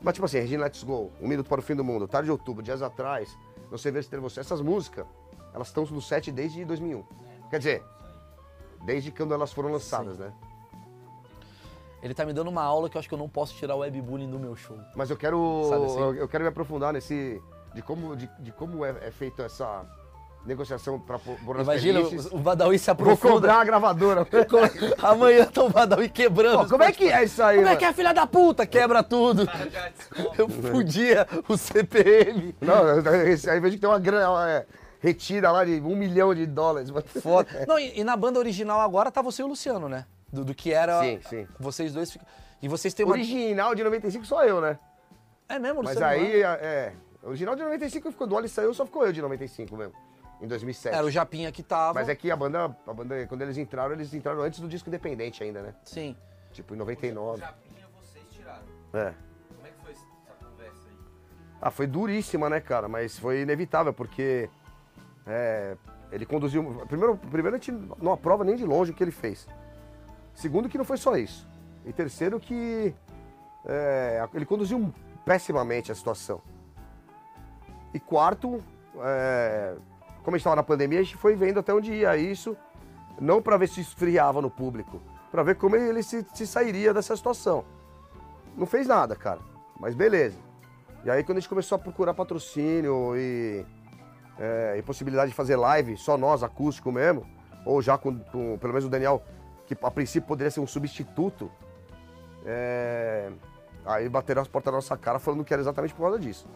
[SPEAKER 2] Mas tipo assim, Regina Let's Go, Um Minuto para o Fim do Mundo, Tarde de Outubro, Dias Atrás, Não Sei Ver Se Ter Você, essas músicas, elas estão no set desde 2001.
[SPEAKER 1] É.
[SPEAKER 2] Quer dizer, desde quando elas foram lançadas, né?
[SPEAKER 1] Ele tá me dando uma aula que eu acho que eu não posso tirar o webbullying do meu show.
[SPEAKER 2] Mas eu quero,
[SPEAKER 1] Sabe assim?
[SPEAKER 2] eu, eu quero me aprofundar nesse, de como, de, de como é, é feita essa negociação para pôr nas
[SPEAKER 1] Imagina,
[SPEAKER 2] playlists.
[SPEAKER 1] o, o Badawi se
[SPEAKER 2] Vou
[SPEAKER 1] aprofunda.
[SPEAKER 2] cobrar a
[SPEAKER 1] *laughs*
[SPEAKER 2] gravadora.
[SPEAKER 1] Amanhã tá o Badawi quebrando.
[SPEAKER 2] Pô, como é que é isso aí,
[SPEAKER 1] Como é
[SPEAKER 2] mano?
[SPEAKER 1] que é, filha da puta? Quebra tudo.
[SPEAKER 3] Ah, já
[SPEAKER 2] *laughs*
[SPEAKER 3] descobre.
[SPEAKER 1] Eu fudia o CPM.
[SPEAKER 2] Não, esse- aí vejo que tem uma grana, é, retira lá de um milhão de dólares. mano.
[SPEAKER 1] Foda. Não, e, e na banda original agora tá você e o Luciano, né? Do, do que era.
[SPEAKER 2] Sim, sim.
[SPEAKER 1] Vocês dois. fica- E vocês têm uma.
[SPEAKER 2] *laughs* Original de 95 só eu, né?
[SPEAKER 1] É mesmo,
[SPEAKER 2] Mas
[SPEAKER 1] Luciano?
[SPEAKER 2] aí, é. é, Original de 95 ficou do Oli saiu, só ficou eu de 95 mesmo. Em 2007.
[SPEAKER 1] Era o Japinha que tava.
[SPEAKER 2] Mas é que a banda, a banda, quando eles entraram, eles entraram antes do disco independente ainda, né?
[SPEAKER 1] Sim.
[SPEAKER 2] Tipo, em
[SPEAKER 3] O
[SPEAKER 2] 99.
[SPEAKER 3] Japinha vocês tiraram.
[SPEAKER 2] É.
[SPEAKER 3] Como é que foi essa conversa aí?
[SPEAKER 2] Ah, foi duríssima, né, cara? Mas foi inevitável, porque é, ele conduziu. Primeiro, primeiro, a gente não aprova nem de longe o que ele fez. Segundo, que não foi só isso. E terceiro, que é, ele conduziu pessimamente a situação. E quarto, é, como a gente tava na pandemia, a gente foi vendo até onde ia isso, não para ver se esfriava no público, para ver como ele se, se sairia dessa situação. Não fez nada, cara, mas beleza. E aí quando a gente começou a procurar patrocínio e, é, e possibilidade de fazer live, só nós, acústico mesmo, ou já com, com pelo menos o Daniel, que a princípio poderia ser um substituto, é, aí bateram as portas na nossa cara falando que era exatamente por causa disso.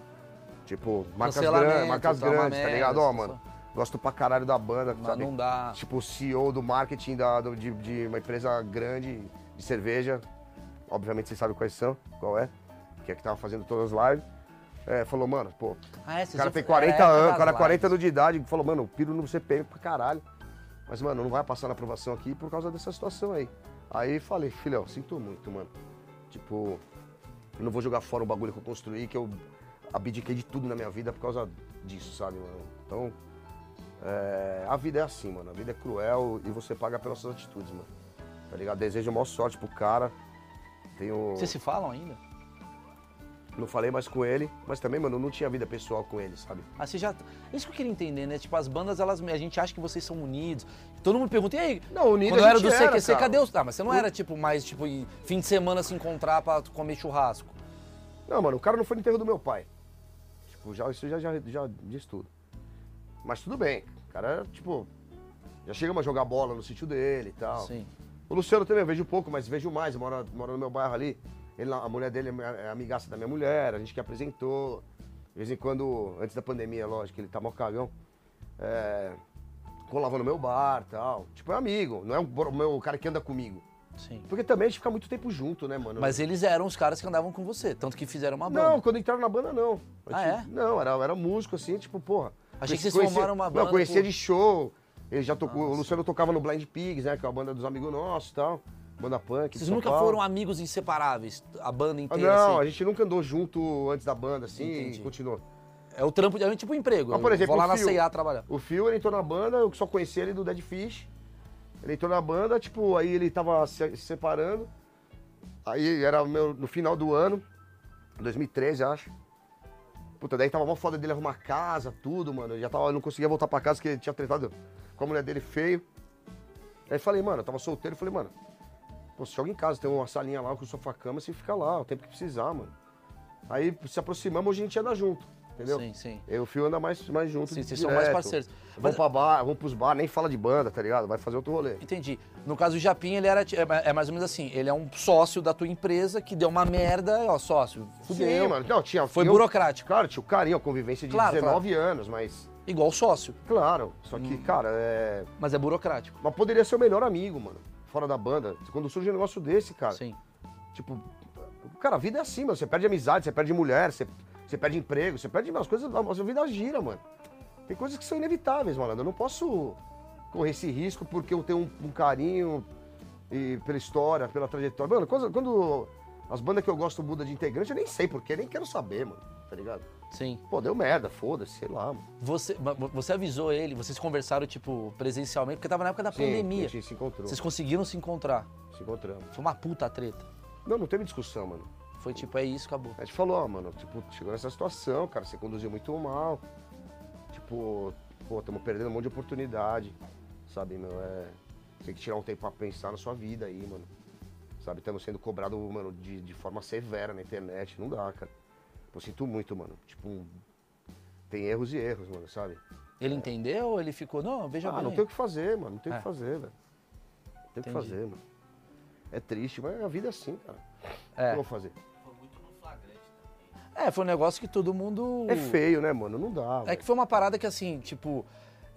[SPEAKER 2] Tipo, marcas grandes,
[SPEAKER 1] Cancelamento,
[SPEAKER 2] marcas
[SPEAKER 1] tá uma
[SPEAKER 2] grandes, tá
[SPEAKER 1] merda,
[SPEAKER 2] ligado? Ó,
[SPEAKER 1] essa
[SPEAKER 2] mano, gosto pra caralho da banda,
[SPEAKER 1] Mas
[SPEAKER 2] sabe?
[SPEAKER 1] não dá.
[SPEAKER 2] Tipo, o CEO do marketing da, do- de, de uma empresa grande de cerveja. Obviamente vocês sabem quais são, qual é. Que é que tava fazendo todas as lives. É, falou, mano, pô,
[SPEAKER 1] Ah, é,
[SPEAKER 2] o
[SPEAKER 1] vocês
[SPEAKER 2] cara
[SPEAKER 1] são-
[SPEAKER 2] tem
[SPEAKER 1] era
[SPEAKER 2] 40
[SPEAKER 1] a época
[SPEAKER 2] anos,
[SPEAKER 1] das
[SPEAKER 2] o cara é 40
[SPEAKER 1] lives.
[SPEAKER 2] anos de idade. Falou, mano, eu piro no CPM pra caralho. Mas, mano, não vai passar na aprovação aqui por causa dessa situação aí. Aí falei, filhão, sinto muito, mano. Tipo, eu não vou jogar fora o bagulho que eu construí, que eu abdiquei de tudo na minha vida por causa disso, sabe, mano? Então, é, a vida é assim, mano. A vida é cruel e você paga pelas suas atitudes, mano. Tá ligado? Desejo a maior sorte pro cara. Tenho...
[SPEAKER 1] Vocês se falam ainda?
[SPEAKER 2] Não falei mais com ele, mas também, mano, eu não tinha vida pessoal com ele, sabe?
[SPEAKER 1] Ah, você já... Isso que eu queria entender, né? Tipo, as bandas, elas... a gente acha que vocês são unidos. Todo mundo pergunta, e aí?
[SPEAKER 2] Não, unido
[SPEAKER 1] Quando
[SPEAKER 2] a
[SPEAKER 1] eu era
[SPEAKER 2] gente
[SPEAKER 1] do
[SPEAKER 2] era,
[SPEAKER 1] CQC,
[SPEAKER 2] cara.
[SPEAKER 1] cadê os... Ah, mas você não era, tipo, mais, tipo, em fim de semana se encontrar pra comer churrasco.
[SPEAKER 2] Não, mano, o cara não foi no enterro do meu pai. Tipo, já, isso já, já, já diz tudo. Mas tudo bem. O cara, tipo, já chegamos a jogar bola no sítio dele e tal.
[SPEAKER 1] Sim.
[SPEAKER 2] O Luciano também eu vejo pouco, mas vejo mais. Mora, mora no meu bairro ali. Ele, a mulher dele é minha- é amigaça da minha mulher, a gente que apresentou. De vez em quando, antes da pandemia, lógico, ele tá mó cagão. É, colava no meu bar e tal. Tipo, é amigo, não é o bro- meu cara que anda comigo.
[SPEAKER 1] Sim.
[SPEAKER 2] Porque também a gente fica muito tempo junto, né, mano?
[SPEAKER 1] Mas eles eram os caras que andavam com você, tanto que fizeram uma banda.
[SPEAKER 2] Não, quando entraram na banda, não. Eu
[SPEAKER 1] Tá Ah,
[SPEAKER 2] tinha-
[SPEAKER 1] é?
[SPEAKER 2] Não, era, era músico, assim, tipo, porra.
[SPEAKER 1] Achei que vocês
[SPEAKER 2] Conhecia-
[SPEAKER 1] formaram uma banda
[SPEAKER 2] Não, conhecia
[SPEAKER 1] por- Ah,
[SPEAKER 2] de show. Ele já tocou, o
[SPEAKER 1] Nossa.
[SPEAKER 2] Luciano tocava no Blind Pigs, né? Que é uma banda dos amigos nossos e tal. Banda punk. de
[SPEAKER 1] Vocês
[SPEAKER 2] São
[SPEAKER 1] nunca
[SPEAKER 2] Paulo.
[SPEAKER 1] foram amigos inseparáveis, a banda
[SPEAKER 2] Ah,
[SPEAKER 1] inteira,
[SPEAKER 2] Não, a
[SPEAKER 1] assim.
[SPEAKER 2] gente nunca andou junto antes da banda, assim,
[SPEAKER 1] Entendi.
[SPEAKER 2] e continuou.
[SPEAKER 1] É o trampo, de- é tipo um emprego.
[SPEAKER 2] Mas, Ah, por
[SPEAKER 1] Eu
[SPEAKER 2] exemplo,
[SPEAKER 1] vou lá
[SPEAKER 2] o
[SPEAKER 1] na
[SPEAKER 2] Phil.
[SPEAKER 1] C&A trabalhar.
[SPEAKER 2] O Phil, ele entrou na banda, eu só conhecia ele do Dead Fish. Ele entrou na banda, tipo, aí ele tava se se separando. Aí era meu, no final do ano, 2013, acho. Puta, daí tava mó foda dele arrumar casa, tudo, mano. Eu Já tava, eu não conseguia voltar pra casa porque ele tinha tretado com a mulher dele feio. Aí falei, mano, eu tava solteiro, falei, mano, pô, você joga em casa, tem uma salinha lá com sofá-cama, você fica lá o tempo que precisar, mano. Aí se aproximamos, hoje a gente anda junto, entendeu?
[SPEAKER 1] Sim, sim.
[SPEAKER 2] Eu e o Fio anda mais, mais junto.
[SPEAKER 1] Sim, vocês
[SPEAKER 2] direto.
[SPEAKER 1] são mais parceiros.
[SPEAKER 2] Vão
[SPEAKER 1] Mas-
[SPEAKER 2] pra bar, vão pros bar, nem fala de banda, tá ligado? Vai fazer outro rolê.
[SPEAKER 1] Entendi. No caso do Japim, ele era, ti- é ma- é mais ou menos assim, ele é um sócio da tua empresa que deu uma merda, ó, sócio, fudeu.
[SPEAKER 2] Sim, mano. Não, tinha,
[SPEAKER 1] Foi
[SPEAKER 2] tinha-
[SPEAKER 1] burocrático,
[SPEAKER 2] Claro, tinha o carinho, a convivência de
[SPEAKER 1] Claro, Hum.
[SPEAKER 2] 19 anos, mas.
[SPEAKER 1] igual sócio,
[SPEAKER 2] Claro, só que, cara, é.
[SPEAKER 1] mas é burocrático.
[SPEAKER 2] Mas poderia ser o melhor amigo, mano. Fora da banda. Quando surge um negócio desse, cara.
[SPEAKER 1] Sim.
[SPEAKER 2] Tipo, cara, a vida é assim, mano. Você perde amizade, você perde mulher, você, você perde emprego, você perde as coisas, a nossa vida gira, mano. Tem coisas que são inevitáveis, malandro. Eu não posso correr esse risco porque eu tenho um, um carinho e pela história, pela trajetória. Mano, quando, quando as bandas que eu gosto mudam de integrante, eu nem sei porquê, nem quero saber, mano. Tá ligado?
[SPEAKER 1] Sim.
[SPEAKER 2] Pô, deu merda, foda-se, sei lá, mano.
[SPEAKER 1] Você, ma- você avisou ele, vocês conversaram, tipo, presencialmente, porque tava na época da
[SPEAKER 2] Sim,
[SPEAKER 1] pandemia.
[SPEAKER 2] A gente se encontrou,
[SPEAKER 1] Vocês conseguiram se encontrar.
[SPEAKER 2] se encontramos.
[SPEAKER 1] Foi uma puta treta.
[SPEAKER 2] Não, não teve discussão, mano.
[SPEAKER 1] Foi tipo, é isso, acabou.
[SPEAKER 2] A gente falou, ó, mano, tipo, chegou nessa situação, cara, você conduziu muito mal. Tipo, pô, estamos perdendo um monte de oportunidade, sabe, meu? É, você tem que tirar um tempo pra pensar na sua vida aí, mano. Sabe, estamos sendo cobrado, mano, de, de forma severa na internet, não dá, cara. Eu sinto muito, mano. Tipo, tem erros e erros, mano, sabe?
[SPEAKER 1] Ele entendeu ou ele ficou, não, veja
[SPEAKER 2] Ah,
[SPEAKER 1] bem.
[SPEAKER 2] não tem o que fazer, mano, não tem o
[SPEAKER 1] É.
[SPEAKER 2] que fazer, velho. Não tem o que
[SPEAKER 1] Entendi.
[SPEAKER 2] fazer, mano. É triste, mas a vida é assim, cara. O que
[SPEAKER 1] É.
[SPEAKER 2] eu vou fazer?
[SPEAKER 3] Foi muito no flagrante também.
[SPEAKER 1] É, foi um negócio que todo mundo.
[SPEAKER 2] É feio, né, mano? Não dá.
[SPEAKER 1] É
[SPEAKER 2] velho.
[SPEAKER 1] que foi uma parada que assim, tipo.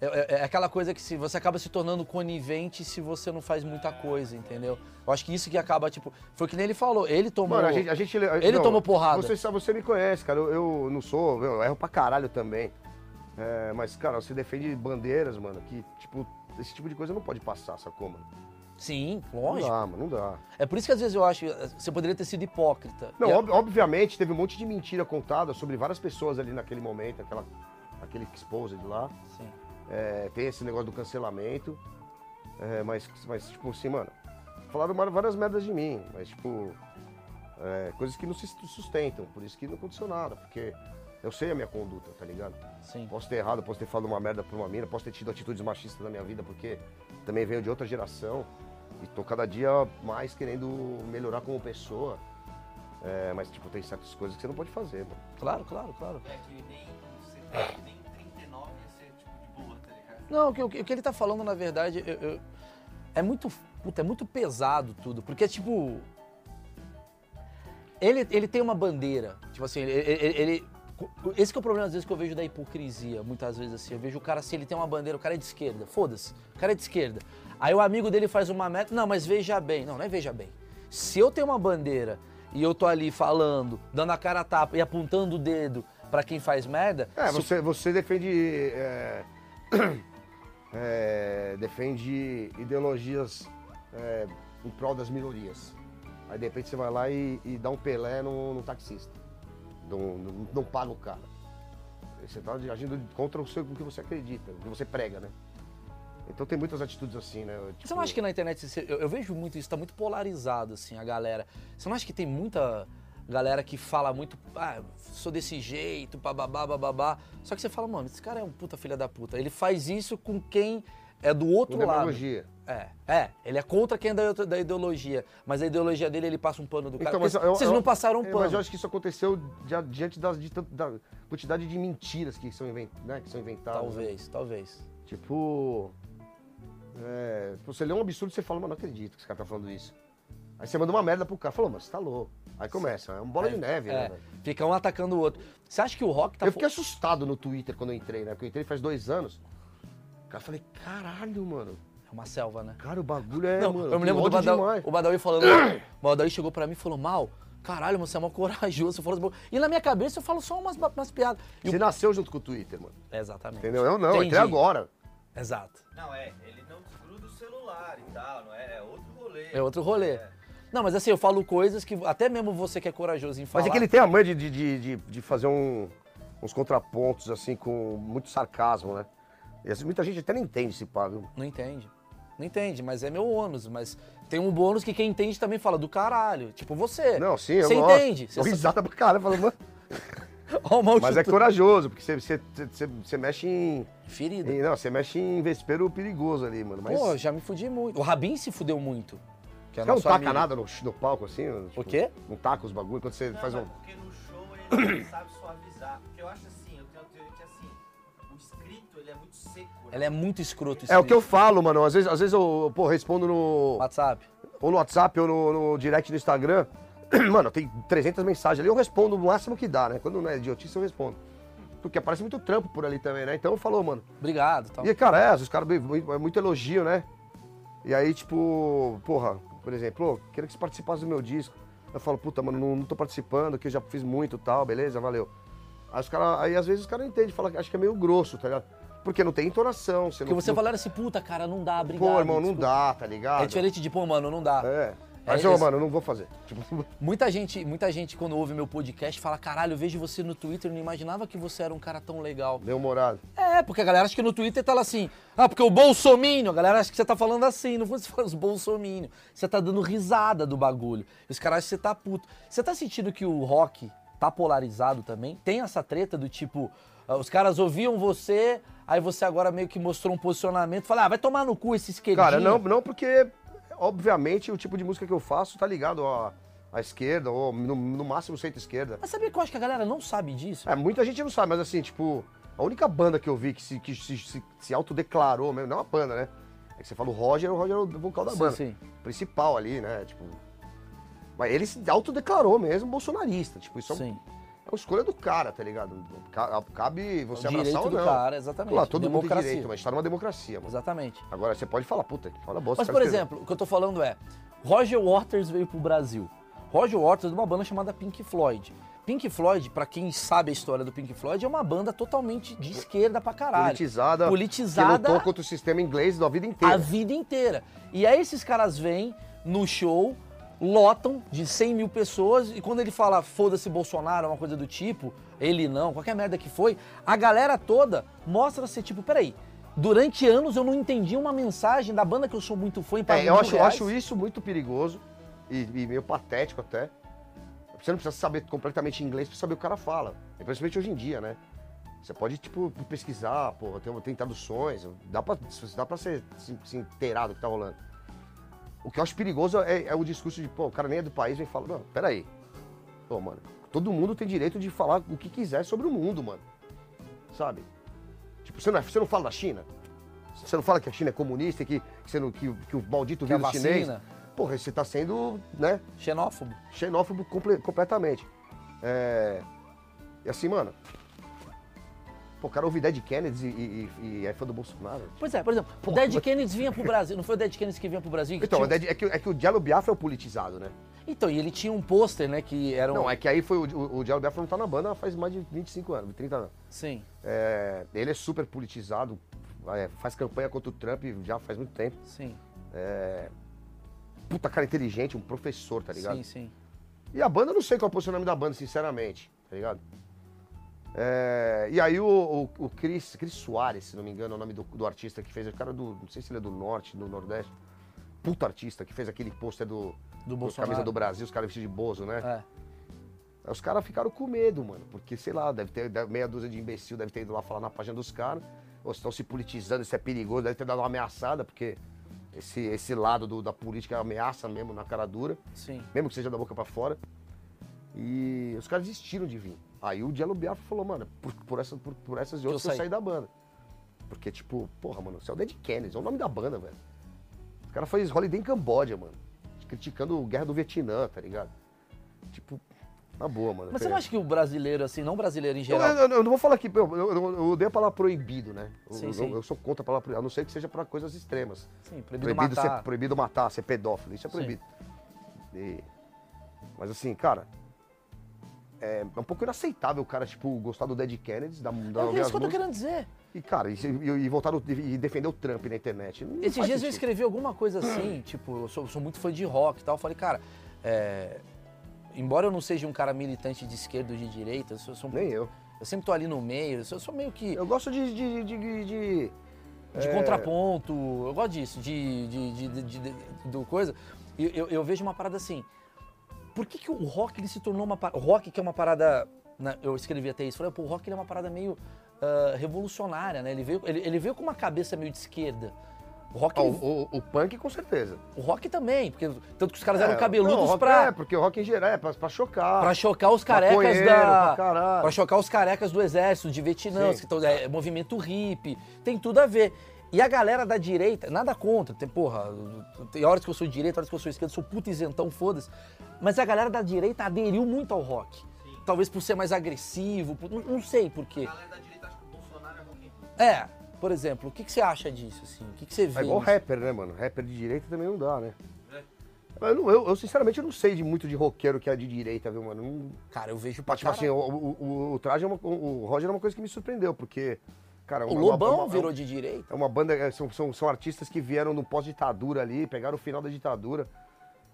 [SPEAKER 1] É, é- é aquela coisa que se você acaba se tornando conivente se você não faz muita coisa, entendeu? Eu acho que isso que acaba, tipo. Foi que nem ele falou. Ele tomou.
[SPEAKER 2] Mano, a gente. A gente a-
[SPEAKER 1] Ele tomou porrada.
[SPEAKER 2] Você, sabe- você me conhece, cara. Eu, eu não sou. Eu erro pra caralho também. É, mas, cara, você defende bandeiras, mano, que, tipo, esse tipo de coisa não pode passar, sacou, mano?
[SPEAKER 1] Sim,
[SPEAKER 2] Não
[SPEAKER 1] lógico.
[SPEAKER 2] dá, mano, não dá.
[SPEAKER 1] É por isso que às vezes eu acho. que Você poderia ter sido hipócrita.
[SPEAKER 2] Não,
[SPEAKER 1] E a-
[SPEAKER 2] ob- obviamente, teve um monte de mentira contada sobre várias pessoas ali naquele momento, aquela, aquele exposed lá.
[SPEAKER 1] Sim.
[SPEAKER 2] É, tem esse negócio do cancelamento. É, mas, mas, tipo assim, mano, falaram mar- várias merdas de mim, mas, tipo, é, coisas que não se sustentam, por isso que não aconteceu nada, porque Eu sei a minha conduta, tá ligado?
[SPEAKER 1] Sim.
[SPEAKER 2] Posso ter errado, posso ter falado uma merda pra uma mina, posso ter tido atitudes machistas na minha vida, porque também venho de outra geração e tô cada dia mais querendo melhorar como pessoa. É, mas, tipo, tem certas coisas que você não pode fazer, mano.
[SPEAKER 1] Claro, claro, claro.
[SPEAKER 3] É que nem, você tem que nem 39 ia ser tipo de boa, tá ligado?
[SPEAKER 1] Não, o que, o que- o que ele tá falando, na verdade, eu- eu- é muito. Puta, é muito pesado tudo. Porque, tipo. Ele, ele tem uma bandeira. Tipo assim, ele, ele- ele- Esse que é o problema, às vezes, que eu vejo da hipocrisia, muitas vezes assim. Eu vejo o cara assim, ele tem uma bandeira, o cara é de esquerda. Foda-se, o cara é de esquerda. Aí o amigo dele faz uma meta. Não, mas veja bem. Não, não é veja bem. Se eu tenho uma bandeira e eu tô ali falando, dando a cara a tapa e apontando o dedo pra quem faz merda.
[SPEAKER 2] É,
[SPEAKER 1] se o
[SPEAKER 2] você, você defende. *coughs* é, é, defende ideologias é, em prol das minorias. Aí de repente você vai lá e, e dá um pelé no, no taxista. Não, não, não paga o cara. Aí Você está agindo contra o, seu, o que você acredita, o que você prega, né? Então tem muitas atitudes assim, né? Tipo,
[SPEAKER 1] Você não acha que é na internet, você- eu, eu vejo muito isso, tá muito polarizado, assim, a galera. Você não acha que tem muita galera que fala muito, ah, sou desse jeito, bababá, bababá. Só que você fala, mano, esse cara é um puta filha da puta. Ele faz isso com quem é do outro
[SPEAKER 2] com
[SPEAKER 1] lado.
[SPEAKER 2] demagogia.
[SPEAKER 1] É, é, ele é contra quem é da, outra- da ideologia. Mas a ideologia dele, ele passa um pano do cara.
[SPEAKER 2] Então,
[SPEAKER 1] porque
[SPEAKER 2] mas eu-
[SPEAKER 1] vocês
[SPEAKER 2] eu-
[SPEAKER 1] não passaram um
[SPEAKER 2] é,
[SPEAKER 1] pano.
[SPEAKER 2] Mas eu acho que isso aconteceu dia- diante das, de tanto- da quantidade de mentiras que são, inven- né, que são inventadas. né?
[SPEAKER 1] Talvez, talvez.
[SPEAKER 2] Tipo. É, você lê um absurdo e você fala, mano, não acredito que esse cara tá falando isso. Aí você manda uma merda pro cara, falou, mano, você tá louco. Aí começa, é uma bola de neve, né?
[SPEAKER 1] É,
[SPEAKER 2] velho?
[SPEAKER 1] fica um atacando o outro. Você acha que o rock tá
[SPEAKER 2] eu
[SPEAKER 1] fo-
[SPEAKER 2] fiquei assustado no Twitter quando eu entrei, né? Porque eu entrei faz dois anos. Cara, eu falei, caralho, mano.
[SPEAKER 1] É uma selva, né?
[SPEAKER 2] Cara, o bagulho é,
[SPEAKER 1] Não,
[SPEAKER 2] mano.
[SPEAKER 1] eu me lembro do
[SPEAKER 2] ódio
[SPEAKER 1] Badau,
[SPEAKER 2] demais.
[SPEAKER 1] o Badawi
[SPEAKER 2] *coughs*
[SPEAKER 1] falando. o Badawi chegou pra mim e falou: Mal, caralho, você é mó corajoso. Você falou, as bo- e na minha cabeça eu falo só umas, ba- umas piadas. E o-
[SPEAKER 2] Você nasceu junto com o Twitter, mano.
[SPEAKER 1] Exatamente.
[SPEAKER 2] Entendeu? Eu não, eu
[SPEAKER 1] Entendi.
[SPEAKER 2] entrei agora.
[SPEAKER 1] Exato.
[SPEAKER 3] Não, é, ele não desgruda o celular e tal, não é? É outro rolê.
[SPEAKER 1] É outro rolê.
[SPEAKER 3] É.
[SPEAKER 1] Não, mas assim, eu falo coisas que até mesmo você que é corajoso em falar.
[SPEAKER 2] Mas é que ele tem a mãe de, de, de, de- de fazer um- uns contrapontos, assim, com muito sarcasmo, né? E assim, muita gente até não entende esse pá, viu?
[SPEAKER 1] Não entende. Não entende, mas é meu ônus. Mas tem um bônus que quem entende também fala do caralho. Tipo você.
[SPEAKER 2] Não, sim, eu
[SPEAKER 1] Você
[SPEAKER 2] gosto.
[SPEAKER 1] entende.
[SPEAKER 2] Dou
[SPEAKER 1] sa-
[SPEAKER 2] risada pra caralho, falando, mano.
[SPEAKER 1] *laughs* Ó, o mal
[SPEAKER 2] Mas é
[SPEAKER 1] chutou.
[SPEAKER 2] corajoso, porque você, você, você, você mexe em,
[SPEAKER 1] Ferida.
[SPEAKER 2] em- Não, você mexe em vespeiro perigoso ali, mano. É, Mas
[SPEAKER 1] Pô, já me fudi muito. O Rabin se fudeu muito. Que é
[SPEAKER 2] você um não
[SPEAKER 1] nosso
[SPEAKER 2] taca
[SPEAKER 1] amigo.
[SPEAKER 2] nada no, no palco assim? tipo,
[SPEAKER 1] O quê?
[SPEAKER 2] Não taca os bagulho quando você
[SPEAKER 3] Não,
[SPEAKER 2] faz
[SPEAKER 3] mas
[SPEAKER 2] um.
[SPEAKER 3] porque no show ele não sabe suavizar. Porque eu acho assim, eu tenho a teoria que assim, o escrito ele é muito seco.
[SPEAKER 1] Ela é muito escroto.
[SPEAKER 2] É o que eu falo, mano. Às vezes, às vezes eu pô, respondo no.
[SPEAKER 1] WhatsApp.
[SPEAKER 2] Ou no WhatsApp ou no, no direct do Instagram. *clears throat* Mano, tem 300 mensagens ali, eu respondo o máximo que dá, né? Quando não é idiotice, eu respondo. Porque aparece muito trampo por ali também, né? Então falou, mano.
[SPEAKER 1] Obrigado. Tal.
[SPEAKER 2] E, cara, é, os caras bem- muito- é muito elogio, né? E aí, tipo, porra, por exemplo, "Ô, queria que você participasse do meu disco. Eu falo, puta, mano, não, não tô participando, que eu já fiz muito e tal, beleza, valeu. Aí, os cara, aí às vezes os caras entendem, fala, acho que é meio grosso, tá ligado? Porque não tem entonação, você
[SPEAKER 1] Porque
[SPEAKER 2] não.
[SPEAKER 1] você
[SPEAKER 2] não-
[SPEAKER 1] falaram assim, puta, cara, não dá, obrigado.
[SPEAKER 2] Pô, irmão, não
[SPEAKER 1] desculpa.
[SPEAKER 2] dá, tá ligado?
[SPEAKER 1] É diferente de, pô, mano, não dá.
[SPEAKER 2] É. Mas,
[SPEAKER 1] É,
[SPEAKER 2] ô,
[SPEAKER 1] esse-
[SPEAKER 2] mano, eu não vou fazer. *laughs* Tipo,
[SPEAKER 1] Muita gente, muita gente, quando ouve meu podcast, fala, caralho, eu vejo você no Twitter, eu não imaginava que você era um cara tão legal.
[SPEAKER 2] deu morado.
[SPEAKER 1] É, porque a galera acha que no Twitter tá lá assim, ah, porque o Bolsominho, a galera acha que você tá falando assim, não você fala os Bolsominho. Você tá dando risada do bagulho. Os caras acham que você tá puto. Você tá sentindo que o rock tá polarizado também? Tem essa treta do tipo, ah, os caras ouviam você, aí você agora meio que mostrou um posicionamento, fala, ah, vai tomar no cu esse esquerdinho.
[SPEAKER 2] Cara, não, não porque, obviamente, o tipo de música que eu faço tá ligado à, à esquerda, ou no, no máximo centro-esquerda.
[SPEAKER 1] Mas sabia que eu acho que a galera não sabe disso?
[SPEAKER 2] É, muita gente não sabe, mas assim, tipo, a única banda que eu vi que se, que se, se, se autodeclarou mesmo, não é uma banda, né? É que você fala o Roger, o Roger é o vocal da
[SPEAKER 1] Sim,
[SPEAKER 2] banda.
[SPEAKER 1] sim.
[SPEAKER 2] Principal ali, né? Tipo. Mas ele se autodeclarou mesmo bolsonarista. Tipo, isso é um-
[SPEAKER 1] Sim.
[SPEAKER 2] é uma escolha do cara, tá ligado? Ca- Cabe você
[SPEAKER 1] É um
[SPEAKER 2] abraçar
[SPEAKER 1] direito
[SPEAKER 2] ou
[SPEAKER 1] do
[SPEAKER 2] não.
[SPEAKER 1] cara, exatamente.
[SPEAKER 2] Lá, todo mundo tem
[SPEAKER 1] Democracia.
[SPEAKER 2] direito, mas a gente tá numa democracia, mano.
[SPEAKER 1] Exatamente.
[SPEAKER 2] Agora você pode falar, puta, que fala bosta.
[SPEAKER 1] Mas,
[SPEAKER 2] o
[SPEAKER 1] por
[SPEAKER 2] cara escreveu.
[SPEAKER 1] exemplo, o que eu tô falando é: Roger Waters veio pro Brasil. Roger Waters é uma banda chamada Pink Floyd. Pink Floyd, pra quem sabe a história do Pink Floyd, é uma banda totalmente de esquerda pra caralho.
[SPEAKER 2] Politizada. Que
[SPEAKER 1] Politizada
[SPEAKER 2] lutou contra o sistema inglês da vida
[SPEAKER 1] a
[SPEAKER 2] inteira.
[SPEAKER 1] vida inteira. E aí esses caras vêm no show, lotam de 100 mil pessoas, e quando ele fala foda-se Bolsonaro, uma coisa do tipo, ele não, qualquer merda que foi, a galera toda mostra ser tipo, peraí, durante anos eu não entendi uma mensagem da banda que eu sou muito fã e
[SPEAKER 2] É,
[SPEAKER 1] pago
[SPEAKER 2] eu
[SPEAKER 1] mil
[SPEAKER 2] acho, eu
[SPEAKER 1] reais.
[SPEAKER 2] acho isso muito perigoso e, e meio patético até. você não precisa saber completamente inglês pra saber o que o cara fala. E principalmente hoje em dia, né? Você pode, tipo, pesquisar, pô, tem, tem traduções, dá pra, dá pra ser, se, se inteirar do que tá rolando. O que eu acho perigoso é, é o discurso de, pô, o cara nem é do país, vem e fala, não, peraí. Pô, mano, todo mundo tem direito de falar o que quiser sobre o mundo, mano. Sabe? Tipo, você não, é- você não fala da China? Você não fala que a China é comunista e que, que, você não- que- que o maldito
[SPEAKER 1] Que a
[SPEAKER 2] vírus chinês?
[SPEAKER 1] vacina?
[SPEAKER 2] Porra, você tá sendo, né?
[SPEAKER 1] Xenófobo.
[SPEAKER 2] xenófobo comple- completamente. É... E assim, mano. Pô, o cara ouve Dead Kennedy e, e, e é fã do Bolsonaro.
[SPEAKER 1] Pois é, por exemplo, o Dead Kennedys vinha pro Brasil. Não foi o Dead Kennedys que vinha pro Brasil? que
[SPEAKER 2] Então,
[SPEAKER 1] tinha
[SPEAKER 2] o Dead- é, que, é que o Diallo Biafra é o politizado, né?
[SPEAKER 1] um- então, e ele tinha um pôster, né? Que era um.
[SPEAKER 2] Não, é que aí foi o, o, o Diallo Biafra não tá na banda faz mais de 25 anos, 30 anos.
[SPEAKER 1] Sim,
[SPEAKER 2] É, ele é super politizado, é, faz campanha contra o Trump já faz muito tempo.
[SPEAKER 1] sim.
[SPEAKER 2] Puta cara inteligente, um professor, tá ligado?
[SPEAKER 1] Sim, sim.
[SPEAKER 2] E a banda, eu não sei qual é o posicionamento da banda, sinceramente, tá ligado? É, e aí o, o, o Chris, Chris Soares, se não me engano, é o nome do, do artista que fez, o cara do, não sei se ele é do Norte, do Nordeste, puta artista, que fez aquele pôster do,
[SPEAKER 1] Do
[SPEAKER 2] do
[SPEAKER 1] Bolsonaro.
[SPEAKER 2] Camisa do Brasil, os caras vestidos de bozo, né?
[SPEAKER 1] É.
[SPEAKER 2] Aí Os caras ficaram com medo, mano, porque, sei lá, deve ter deve- meia dúzia de imbecil, deve ter ido lá falar na página dos caras, ou estão se politizando, isso é perigoso, deve ter dado uma ameaçada, porque esse, esse lado do- da política ameaça mesmo na cara dura
[SPEAKER 1] Sim.
[SPEAKER 2] mesmo que seja da boca pra fora. E os caras desistiram de vir. Aí o Diallo Biafra falou, mano, por, por, essa- por- por essas e outras eu,
[SPEAKER 1] saí.
[SPEAKER 2] saí da banda. Porque, tipo, porra, mano, você é o Dead Kennedys, é o nome da banda, velho. Os caras fez Holiday em Camboja, mano. Criticando a guerra do Vietnã, tá ligado? Tipo, na boa, mano. tá
[SPEAKER 1] Mas você não acha que o brasileiro, assim, não brasileiro em
[SPEAKER 2] Então, Eu,
[SPEAKER 1] geral.
[SPEAKER 2] eu- eu não é vou falar que. Eu, eu, eu odeio a palavra proibido, né? Eu-
[SPEAKER 1] Sim,
[SPEAKER 2] eu,
[SPEAKER 1] sim.
[SPEAKER 2] eu sou contra a palavra proibido, a não ser que seja pra coisas extremas
[SPEAKER 1] Sim, proibido, matar.
[SPEAKER 2] ser, proibido matar, ser pedófilo, isso é
[SPEAKER 1] Sim.
[SPEAKER 2] proibido. E- mas assim, cara, é, é um pouco inaceitável o cara, tipo, gostar do Dead Kennedys, da, da
[SPEAKER 1] É
[SPEAKER 2] minhas
[SPEAKER 1] isso que eu tô
[SPEAKER 2] músicas,
[SPEAKER 1] querendo dizer.
[SPEAKER 2] e, cara, e, e- e voltar no- e defender o Trump na internet. Não
[SPEAKER 1] Esses
[SPEAKER 2] faz
[SPEAKER 1] dias eu
[SPEAKER 2] sentido.
[SPEAKER 1] escrevi alguma coisa
[SPEAKER 2] *clears throat*
[SPEAKER 1] assim, tipo, eu sou, sou muito fã de rock e tal. Eu falei, cara, é, embora eu não seja um cara militante de esquerda ou de direita, eu, sou, sou-
[SPEAKER 2] Nem eu.
[SPEAKER 1] eu sempre tô ali no meio, eu sou, sou meio que
[SPEAKER 2] Eu gosto de. de, de, de- de-
[SPEAKER 1] de
[SPEAKER 2] É.
[SPEAKER 1] contraponto, eu gosto disso, de, de, de, de- de- de- do coisa. E eu, eu vejo uma parada assim. Por que, que o rock ele se tornou uma parada. O rock que é uma parada. né, eu escrevi até isso, falei, pô, o rock ele é uma parada meio ah, revolucionária, né? Ele veio, ele, ele veio com uma cabeça meio de esquerda. O rock,
[SPEAKER 2] Ah,
[SPEAKER 1] ele-
[SPEAKER 2] o, o- o punk, com certeza.
[SPEAKER 1] o rock também, porque tanto que os caras eram
[SPEAKER 2] É, não, o
[SPEAKER 1] cabeludos
[SPEAKER 2] rock
[SPEAKER 1] pra,
[SPEAKER 2] É, porque o rock em geral é pra, pra chocar.
[SPEAKER 1] pra chocar os carecas
[SPEAKER 2] maconheiro
[SPEAKER 1] da.
[SPEAKER 2] pra caralho.
[SPEAKER 1] pra chocar os carecas do exército, de Vietnã,
[SPEAKER 2] Sim.
[SPEAKER 1] os que tão- é, movimento hippie, tem tudo a ver. E a galera da direita, nada contra, tem, porra, tem horas que eu sou de direita, horas que eu sou esquerda, sou puta isentão, foda-se. Mas a galera da direita aderiu muito ao rock. Talvez por ser mais agressivo, por- não, não sei por
[SPEAKER 3] A
[SPEAKER 1] quê.
[SPEAKER 3] galera da direita acha que o Bolsonaro é ruim.
[SPEAKER 1] É, por exemplo, o que, que você acha disso, assim? O que, que você vê?
[SPEAKER 2] É igual
[SPEAKER 1] nisso?
[SPEAKER 2] rapper, né, mano? Rapper de direita também não dá, né?
[SPEAKER 3] É.
[SPEAKER 2] Eu, não- eu- eu, sinceramente, eu não sei de muito de roqueiro que é de direita, viu, mano? Não-
[SPEAKER 1] Cara, eu vejo
[SPEAKER 2] Pá, tipo
[SPEAKER 1] cara,
[SPEAKER 2] assim, o, o, o- o traje é uma, o o Roger é uma coisa que me surpreendeu, porque, cara,
[SPEAKER 1] o
[SPEAKER 2] uma-
[SPEAKER 1] Lobão
[SPEAKER 2] uma- uma-
[SPEAKER 1] virou de direita.
[SPEAKER 2] é uma banda, é, são, são, são artistas que vieram do pós-ditadura ali, pegaram o final da ditadura.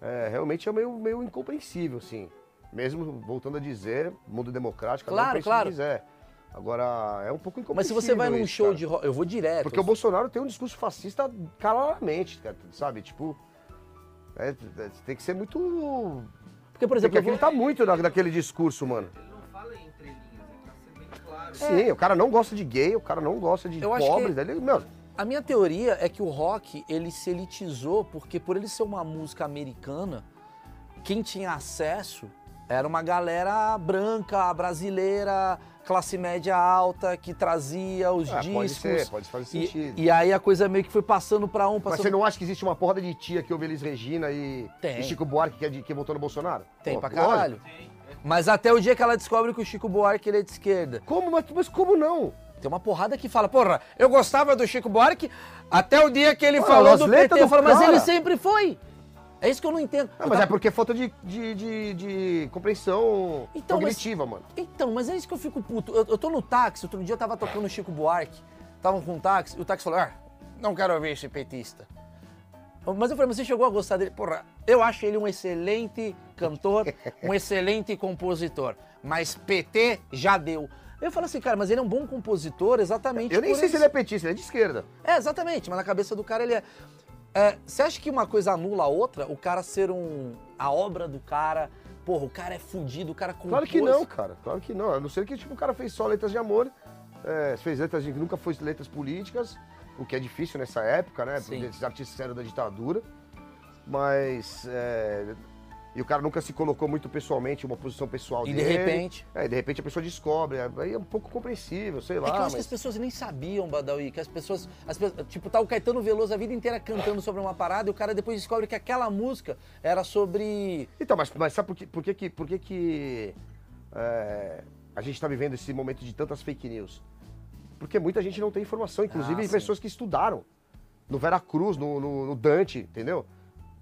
[SPEAKER 2] É, realmente é meio, meio incompreensível, assim. Mesmo voltando a dizer, mundo democrático, cada um
[SPEAKER 1] Claro,
[SPEAKER 2] pensa o que
[SPEAKER 1] claro.
[SPEAKER 2] quiser. Agora, é um pouco incompreensível.
[SPEAKER 1] Mas se você vai num
[SPEAKER 2] isso,
[SPEAKER 1] show
[SPEAKER 2] cara.
[SPEAKER 1] de rock, eu vou direto.
[SPEAKER 2] Porque o Bolsonaro tem um discurso fascista claramente, cara, sabe? Tipo. é, é, tem que ser muito.
[SPEAKER 1] Porque, por
[SPEAKER 2] Tem que
[SPEAKER 1] exemplo, eu vou-
[SPEAKER 2] acreditar muito na- naquele discurso, mano.
[SPEAKER 3] Ele não fala entre linhas, é pra ser bem claro.
[SPEAKER 2] Sim, o cara não gosta de gay, o cara não gosta de
[SPEAKER 1] Eu acho
[SPEAKER 2] pobres. né?
[SPEAKER 1] que-
[SPEAKER 2] Ele, meu,
[SPEAKER 1] A minha teoria é que o rock ele se elitizou porque por ele ser uma música americana, quem tinha acesso era uma galera branca, brasileira, classe média alta que trazia os
[SPEAKER 2] ah,
[SPEAKER 1] discos.
[SPEAKER 2] pode ser, pode fazer
[SPEAKER 1] E-
[SPEAKER 2] sentido.
[SPEAKER 1] E, aí a coisa meio que foi passando pra um,
[SPEAKER 2] Mas
[SPEAKER 1] passando.
[SPEAKER 2] você não acha que existe uma porra de tia que ouve Elis Regina e,
[SPEAKER 1] Tem.
[SPEAKER 2] e Chico Buarque que, é de- que votou no Bolsonaro?
[SPEAKER 1] Tem
[SPEAKER 2] Pô,
[SPEAKER 1] pra
[SPEAKER 2] lógico.
[SPEAKER 1] caralho. Mas até o dia que ela descobre que o Chico Buarque ele é de esquerda.
[SPEAKER 2] Como? Mas, mas como não?
[SPEAKER 1] Tem uma porrada que fala, porra, eu gostava do Chico Buarque até o dia que ele
[SPEAKER 2] Olha,
[SPEAKER 1] falou
[SPEAKER 2] as
[SPEAKER 1] do
[SPEAKER 2] letras
[SPEAKER 1] PT. Eu
[SPEAKER 2] do
[SPEAKER 1] falo, mas
[SPEAKER 2] cara."
[SPEAKER 1] ele sempre foi. É isso que eu não entendo.
[SPEAKER 2] Ah,
[SPEAKER 1] Eu
[SPEAKER 2] mas
[SPEAKER 1] tava-
[SPEAKER 2] é porque é falta de, de, de, de compreensão
[SPEAKER 1] Então, mas-
[SPEAKER 2] cognitiva, mano.
[SPEAKER 1] Então, mas é isso que eu fico puto. Eu, eu tô no táxi, outro dia eu tava tocando Chico Buarque, tava com um táxi, e o táxi falou, ah, não quero ouvir esse petista. Mas eu falei, mas você chegou a gostar dele? Porra, eu acho ele um excelente cantor, um excelente compositor, mas PT já deu. Eu falo assim, cara, mas ele é um bom compositor exatamente
[SPEAKER 2] Eu nem
[SPEAKER 1] por
[SPEAKER 2] sei se ele é petista, ele é de esquerda.
[SPEAKER 1] é, exatamente, mas na cabeça do cara ele é. É, Você acha que uma coisa anula a outra? O cara ser um. a obra do cara. porra, o cara é fudido, o cara compôs.
[SPEAKER 2] Claro que não, cara. Claro que não. A não ser que tipo, o cara fez só letras de amor, é, fez letras de, nunca foi letras políticas, o que é difícil nessa época, né?
[SPEAKER 1] Sim.
[SPEAKER 2] Porque esses artistas eram da ditadura. Mas. é, e o cara nunca se colocou muito pessoalmente, uma posição pessoal
[SPEAKER 1] E de
[SPEAKER 2] dele.
[SPEAKER 1] repente.
[SPEAKER 2] É, e de repente a pessoa descobre. Aí é um pouco compreensível, sei lá.
[SPEAKER 1] é que eu acho que
[SPEAKER 2] Ah, mas-
[SPEAKER 1] as pessoas nem sabiam, Badawi, que as pessoas, as pe- Tipo, tá o Caetano Veloso a vida inteira
[SPEAKER 2] Ah.
[SPEAKER 1] cantando sobre uma parada e o cara depois descobre que aquela música era sobre.
[SPEAKER 2] Então, mas, mas sabe por que, por que, que, por que, que é, a gente está vivendo esse momento de tantas fake news? Porque muita gente não tem informação, inclusive
[SPEAKER 1] Ah, sim.
[SPEAKER 2] pessoas que estudaram. No Veracruz, no, no, no Dante, entendeu?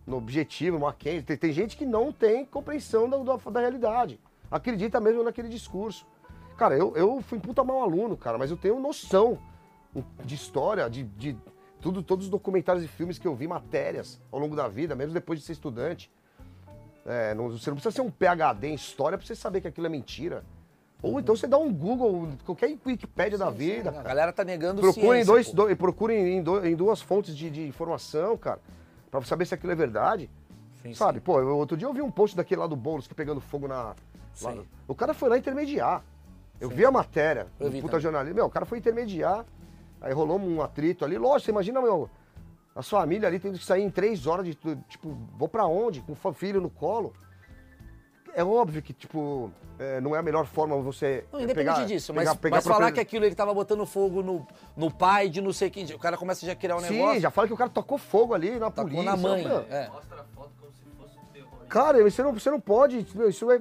[SPEAKER 2] No Objetivo, no Mackenzie. Tem, tem gente que não tem compreensão da, da, da realidade. Acredita mesmo naquele discurso. Cara, eu, eu fui um puta mau aluno, cara, mas eu tenho noção de história, de, de tudo, todos os documentários e filmes que eu vi, matérias ao longo da vida, mesmo depois de ser estudante. É, não- você não precisa ser um PhD em história pra você saber que aquilo é mentira. Ou então você dá um Google, qualquer Wikipédia da vida.
[SPEAKER 1] A galera tá negando
[SPEAKER 2] Procurem,
[SPEAKER 1] ciência,
[SPEAKER 2] dois,
[SPEAKER 1] pô.
[SPEAKER 2] do- procurem em, do- em duas fontes de, de informação, cara, pra saber se aquilo é verdade.
[SPEAKER 1] Sim,
[SPEAKER 2] Sabe, pô, eu- outro dia eu vi um post daquele lá do Boulos que pegando fogo na. lá
[SPEAKER 1] Sim.
[SPEAKER 2] no- o cara foi lá intermediar. Eu vi a matéria,
[SPEAKER 1] Eu
[SPEAKER 2] do
[SPEAKER 1] vi
[SPEAKER 2] puta
[SPEAKER 1] também.
[SPEAKER 2] jornalista. Meu, o cara foi intermediar, aí rolou um atrito ali. Lógico, você imagina, meu, a sua família ali tendo que sair em três horas de. tu- Tipo, vou pra onde? Com fa- filho no colo. É óbvio que, tipo, é, não é a melhor forma você.
[SPEAKER 1] Não, independente
[SPEAKER 2] pegar-
[SPEAKER 1] disso,
[SPEAKER 2] pegar-
[SPEAKER 1] mas,
[SPEAKER 2] pegar
[SPEAKER 1] mas falar
[SPEAKER 2] propriedade-
[SPEAKER 1] que é aquilo ele tava botando fogo no, no pai de não sei quem. O cara começa já a criar um
[SPEAKER 2] Sim,
[SPEAKER 1] negócio.
[SPEAKER 2] já fala que o cara tocou fogo ali na
[SPEAKER 1] Tacou
[SPEAKER 2] polícia.
[SPEAKER 1] na mãe.
[SPEAKER 2] meu.
[SPEAKER 1] É.
[SPEAKER 3] Mostra a foto como se fosse um terror.
[SPEAKER 2] Cara, você não, você não pode. meu, isso é,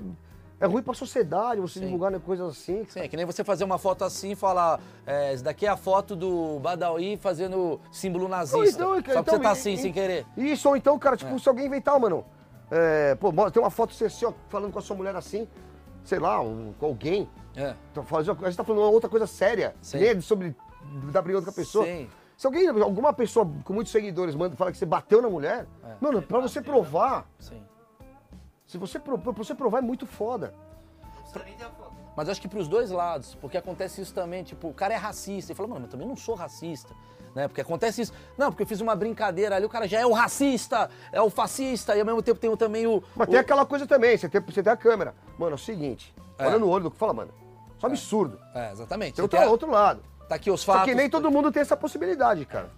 [SPEAKER 2] é ruim pra sociedade, você divulgar né, coisas assim.
[SPEAKER 1] Sim, é que nem você fazer uma foto assim e falar, é, isso daqui é a foto do Badawi fazendo símbolo nazista.
[SPEAKER 2] então,
[SPEAKER 1] Só que
[SPEAKER 2] então,
[SPEAKER 1] você tá
[SPEAKER 2] e-
[SPEAKER 1] assim,
[SPEAKER 2] e-
[SPEAKER 1] sem querer.
[SPEAKER 2] Isso, ou então, cara, tipo, se alguém inventar, mano. é, pô, mo- tem uma foto você assim, ó, falando com a sua mulher assim, sei lá, um- com alguém.
[SPEAKER 1] É.
[SPEAKER 2] Tá falando- A gente tá falando uma outra coisa séria.
[SPEAKER 1] Sim.
[SPEAKER 2] Nem é sobre dar brigando com a pessoa.
[SPEAKER 1] Sim.
[SPEAKER 2] Se alguém, alguma pessoa com muitos seguidores manda, fala que você bateu na mulher,
[SPEAKER 1] É.
[SPEAKER 2] mano, pra você provar,
[SPEAKER 1] Sim.
[SPEAKER 2] se você, pro- pra você provar é muito foda.
[SPEAKER 3] Não precisa nem ter a foto.
[SPEAKER 1] Mas acho que pros dois lados, porque acontece isso também, tipo, o cara é racista. Ele fala, mano, mas eu também não sou racista. Né? Porque acontece isso. Não, porque eu fiz uma brincadeira ali, o cara já é o racista, é o fascista, e ao mesmo tempo tem o- também o.
[SPEAKER 2] Mas
[SPEAKER 1] o-
[SPEAKER 2] tem aquela coisa também, você tem, você tem a câmera. Mano, é o seguinte,
[SPEAKER 1] É.
[SPEAKER 2] olha no olho do que fala, mano. Isso é um absurdo.
[SPEAKER 1] É, exatamente.
[SPEAKER 2] Tem
[SPEAKER 1] Você
[SPEAKER 2] outro,
[SPEAKER 1] tem a-
[SPEAKER 2] outro lado.
[SPEAKER 1] Tá aqui os
[SPEAKER 2] Só
[SPEAKER 1] fatos.
[SPEAKER 2] que nem todo mundo tem essa possibilidade, cara.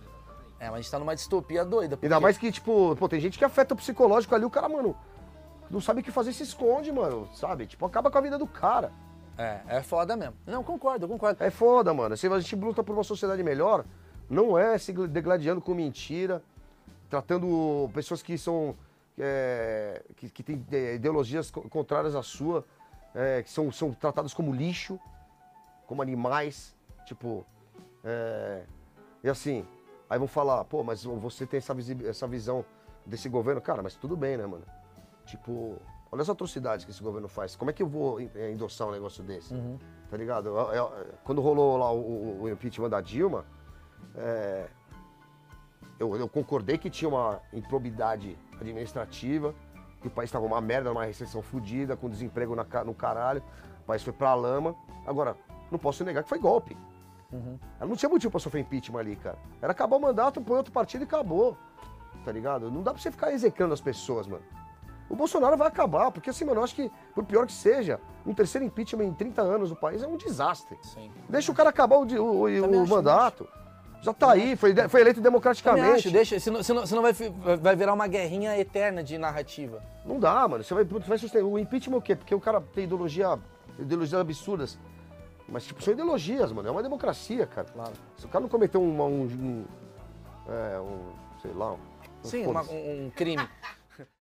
[SPEAKER 1] É, mas a gente tá numa distopia doida. porque-
[SPEAKER 2] Ainda mais que, tipo, pô, tem gente que afeta o psicológico ali, o cara, mano, não sabe o que fazer, se esconde, mano, sabe? Tipo, acaba com a vida do cara.
[SPEAKER 1] É, é foda mesmo. Não, concordo, concordo.
[SPEAKER 2] É foda, mano. Se a gente luta por uma sociedade melhor, não é se gl- degladiando com mentira, tratando pessoas que são. é, que, que têm é, ideologias co- contrárias à sua, é, que são, são tratados como lixo, como animais. Tipo. é, e assim, aí vão falar, pô, mas você tem essa, visi- essa visão desse governo. Cara, mas tudo bem, né, mano? Tipo, olha as atrocidades que esse governo faz. Como é que eu vou en- eh, endossar um negócio desse? Tá ligado? Eu- eu- quando rolou lá o- o, o impeachment da Dilma, eh, eu, eu concordei que tinha uma improbidade administrativa, que o país tava uma merda, uma recessão fodida, com desemprego na ca- no caralho, o país foi pra lama. Agora, não posso negar que foi golpe. Ela não tinha motivo pra sofrer impeachment ali, cara. Era acabar o mandato, põe outro partido e acabou. Tá ligado? Não dá pra você ficar execrando as pessoas, mano. O Bolsonaro vai acabar, porque assim, mano, eu acho que, por pior que seja, um terceiro impeachment em 30 anos no país é um desastre.
[SPEAKER 1] Sim.
[SPEAKER 2] Deixa o cara acabar o, de- o- o-
[SPEAKER 1] Também
[SPEAKER 2] o
[SPEAKER 1] acho,
[SPEAKER 2] mandato. Já tá aí, foi, de- foi eleito
[SPEAKER 1] Também
[SPEAKER 2] democraticamente.
[SPEAKER 1] acho, deixa, senão, senão, senão vai, fi- vai- vai virar uma guerrinha eterna de narrativa.
[SPEAKER 2] Não dá, mano. Você vai, você vai sustentar. O impeachment é o quê? Porque o cara tem ideologia, ideologias absurdas. Mas, tipo, são ideologias, mano. É uma democracia, cara.
[SPEAKER 1] Claro.
[SPEAKER 2] Se o cara não cometeu uma- um. um, é, um sei lá. Um, um
[SPEAKER 1] Sim,
[SPEAKER 2] foda-se.
[SPEAKER 1] uma- um- um crime.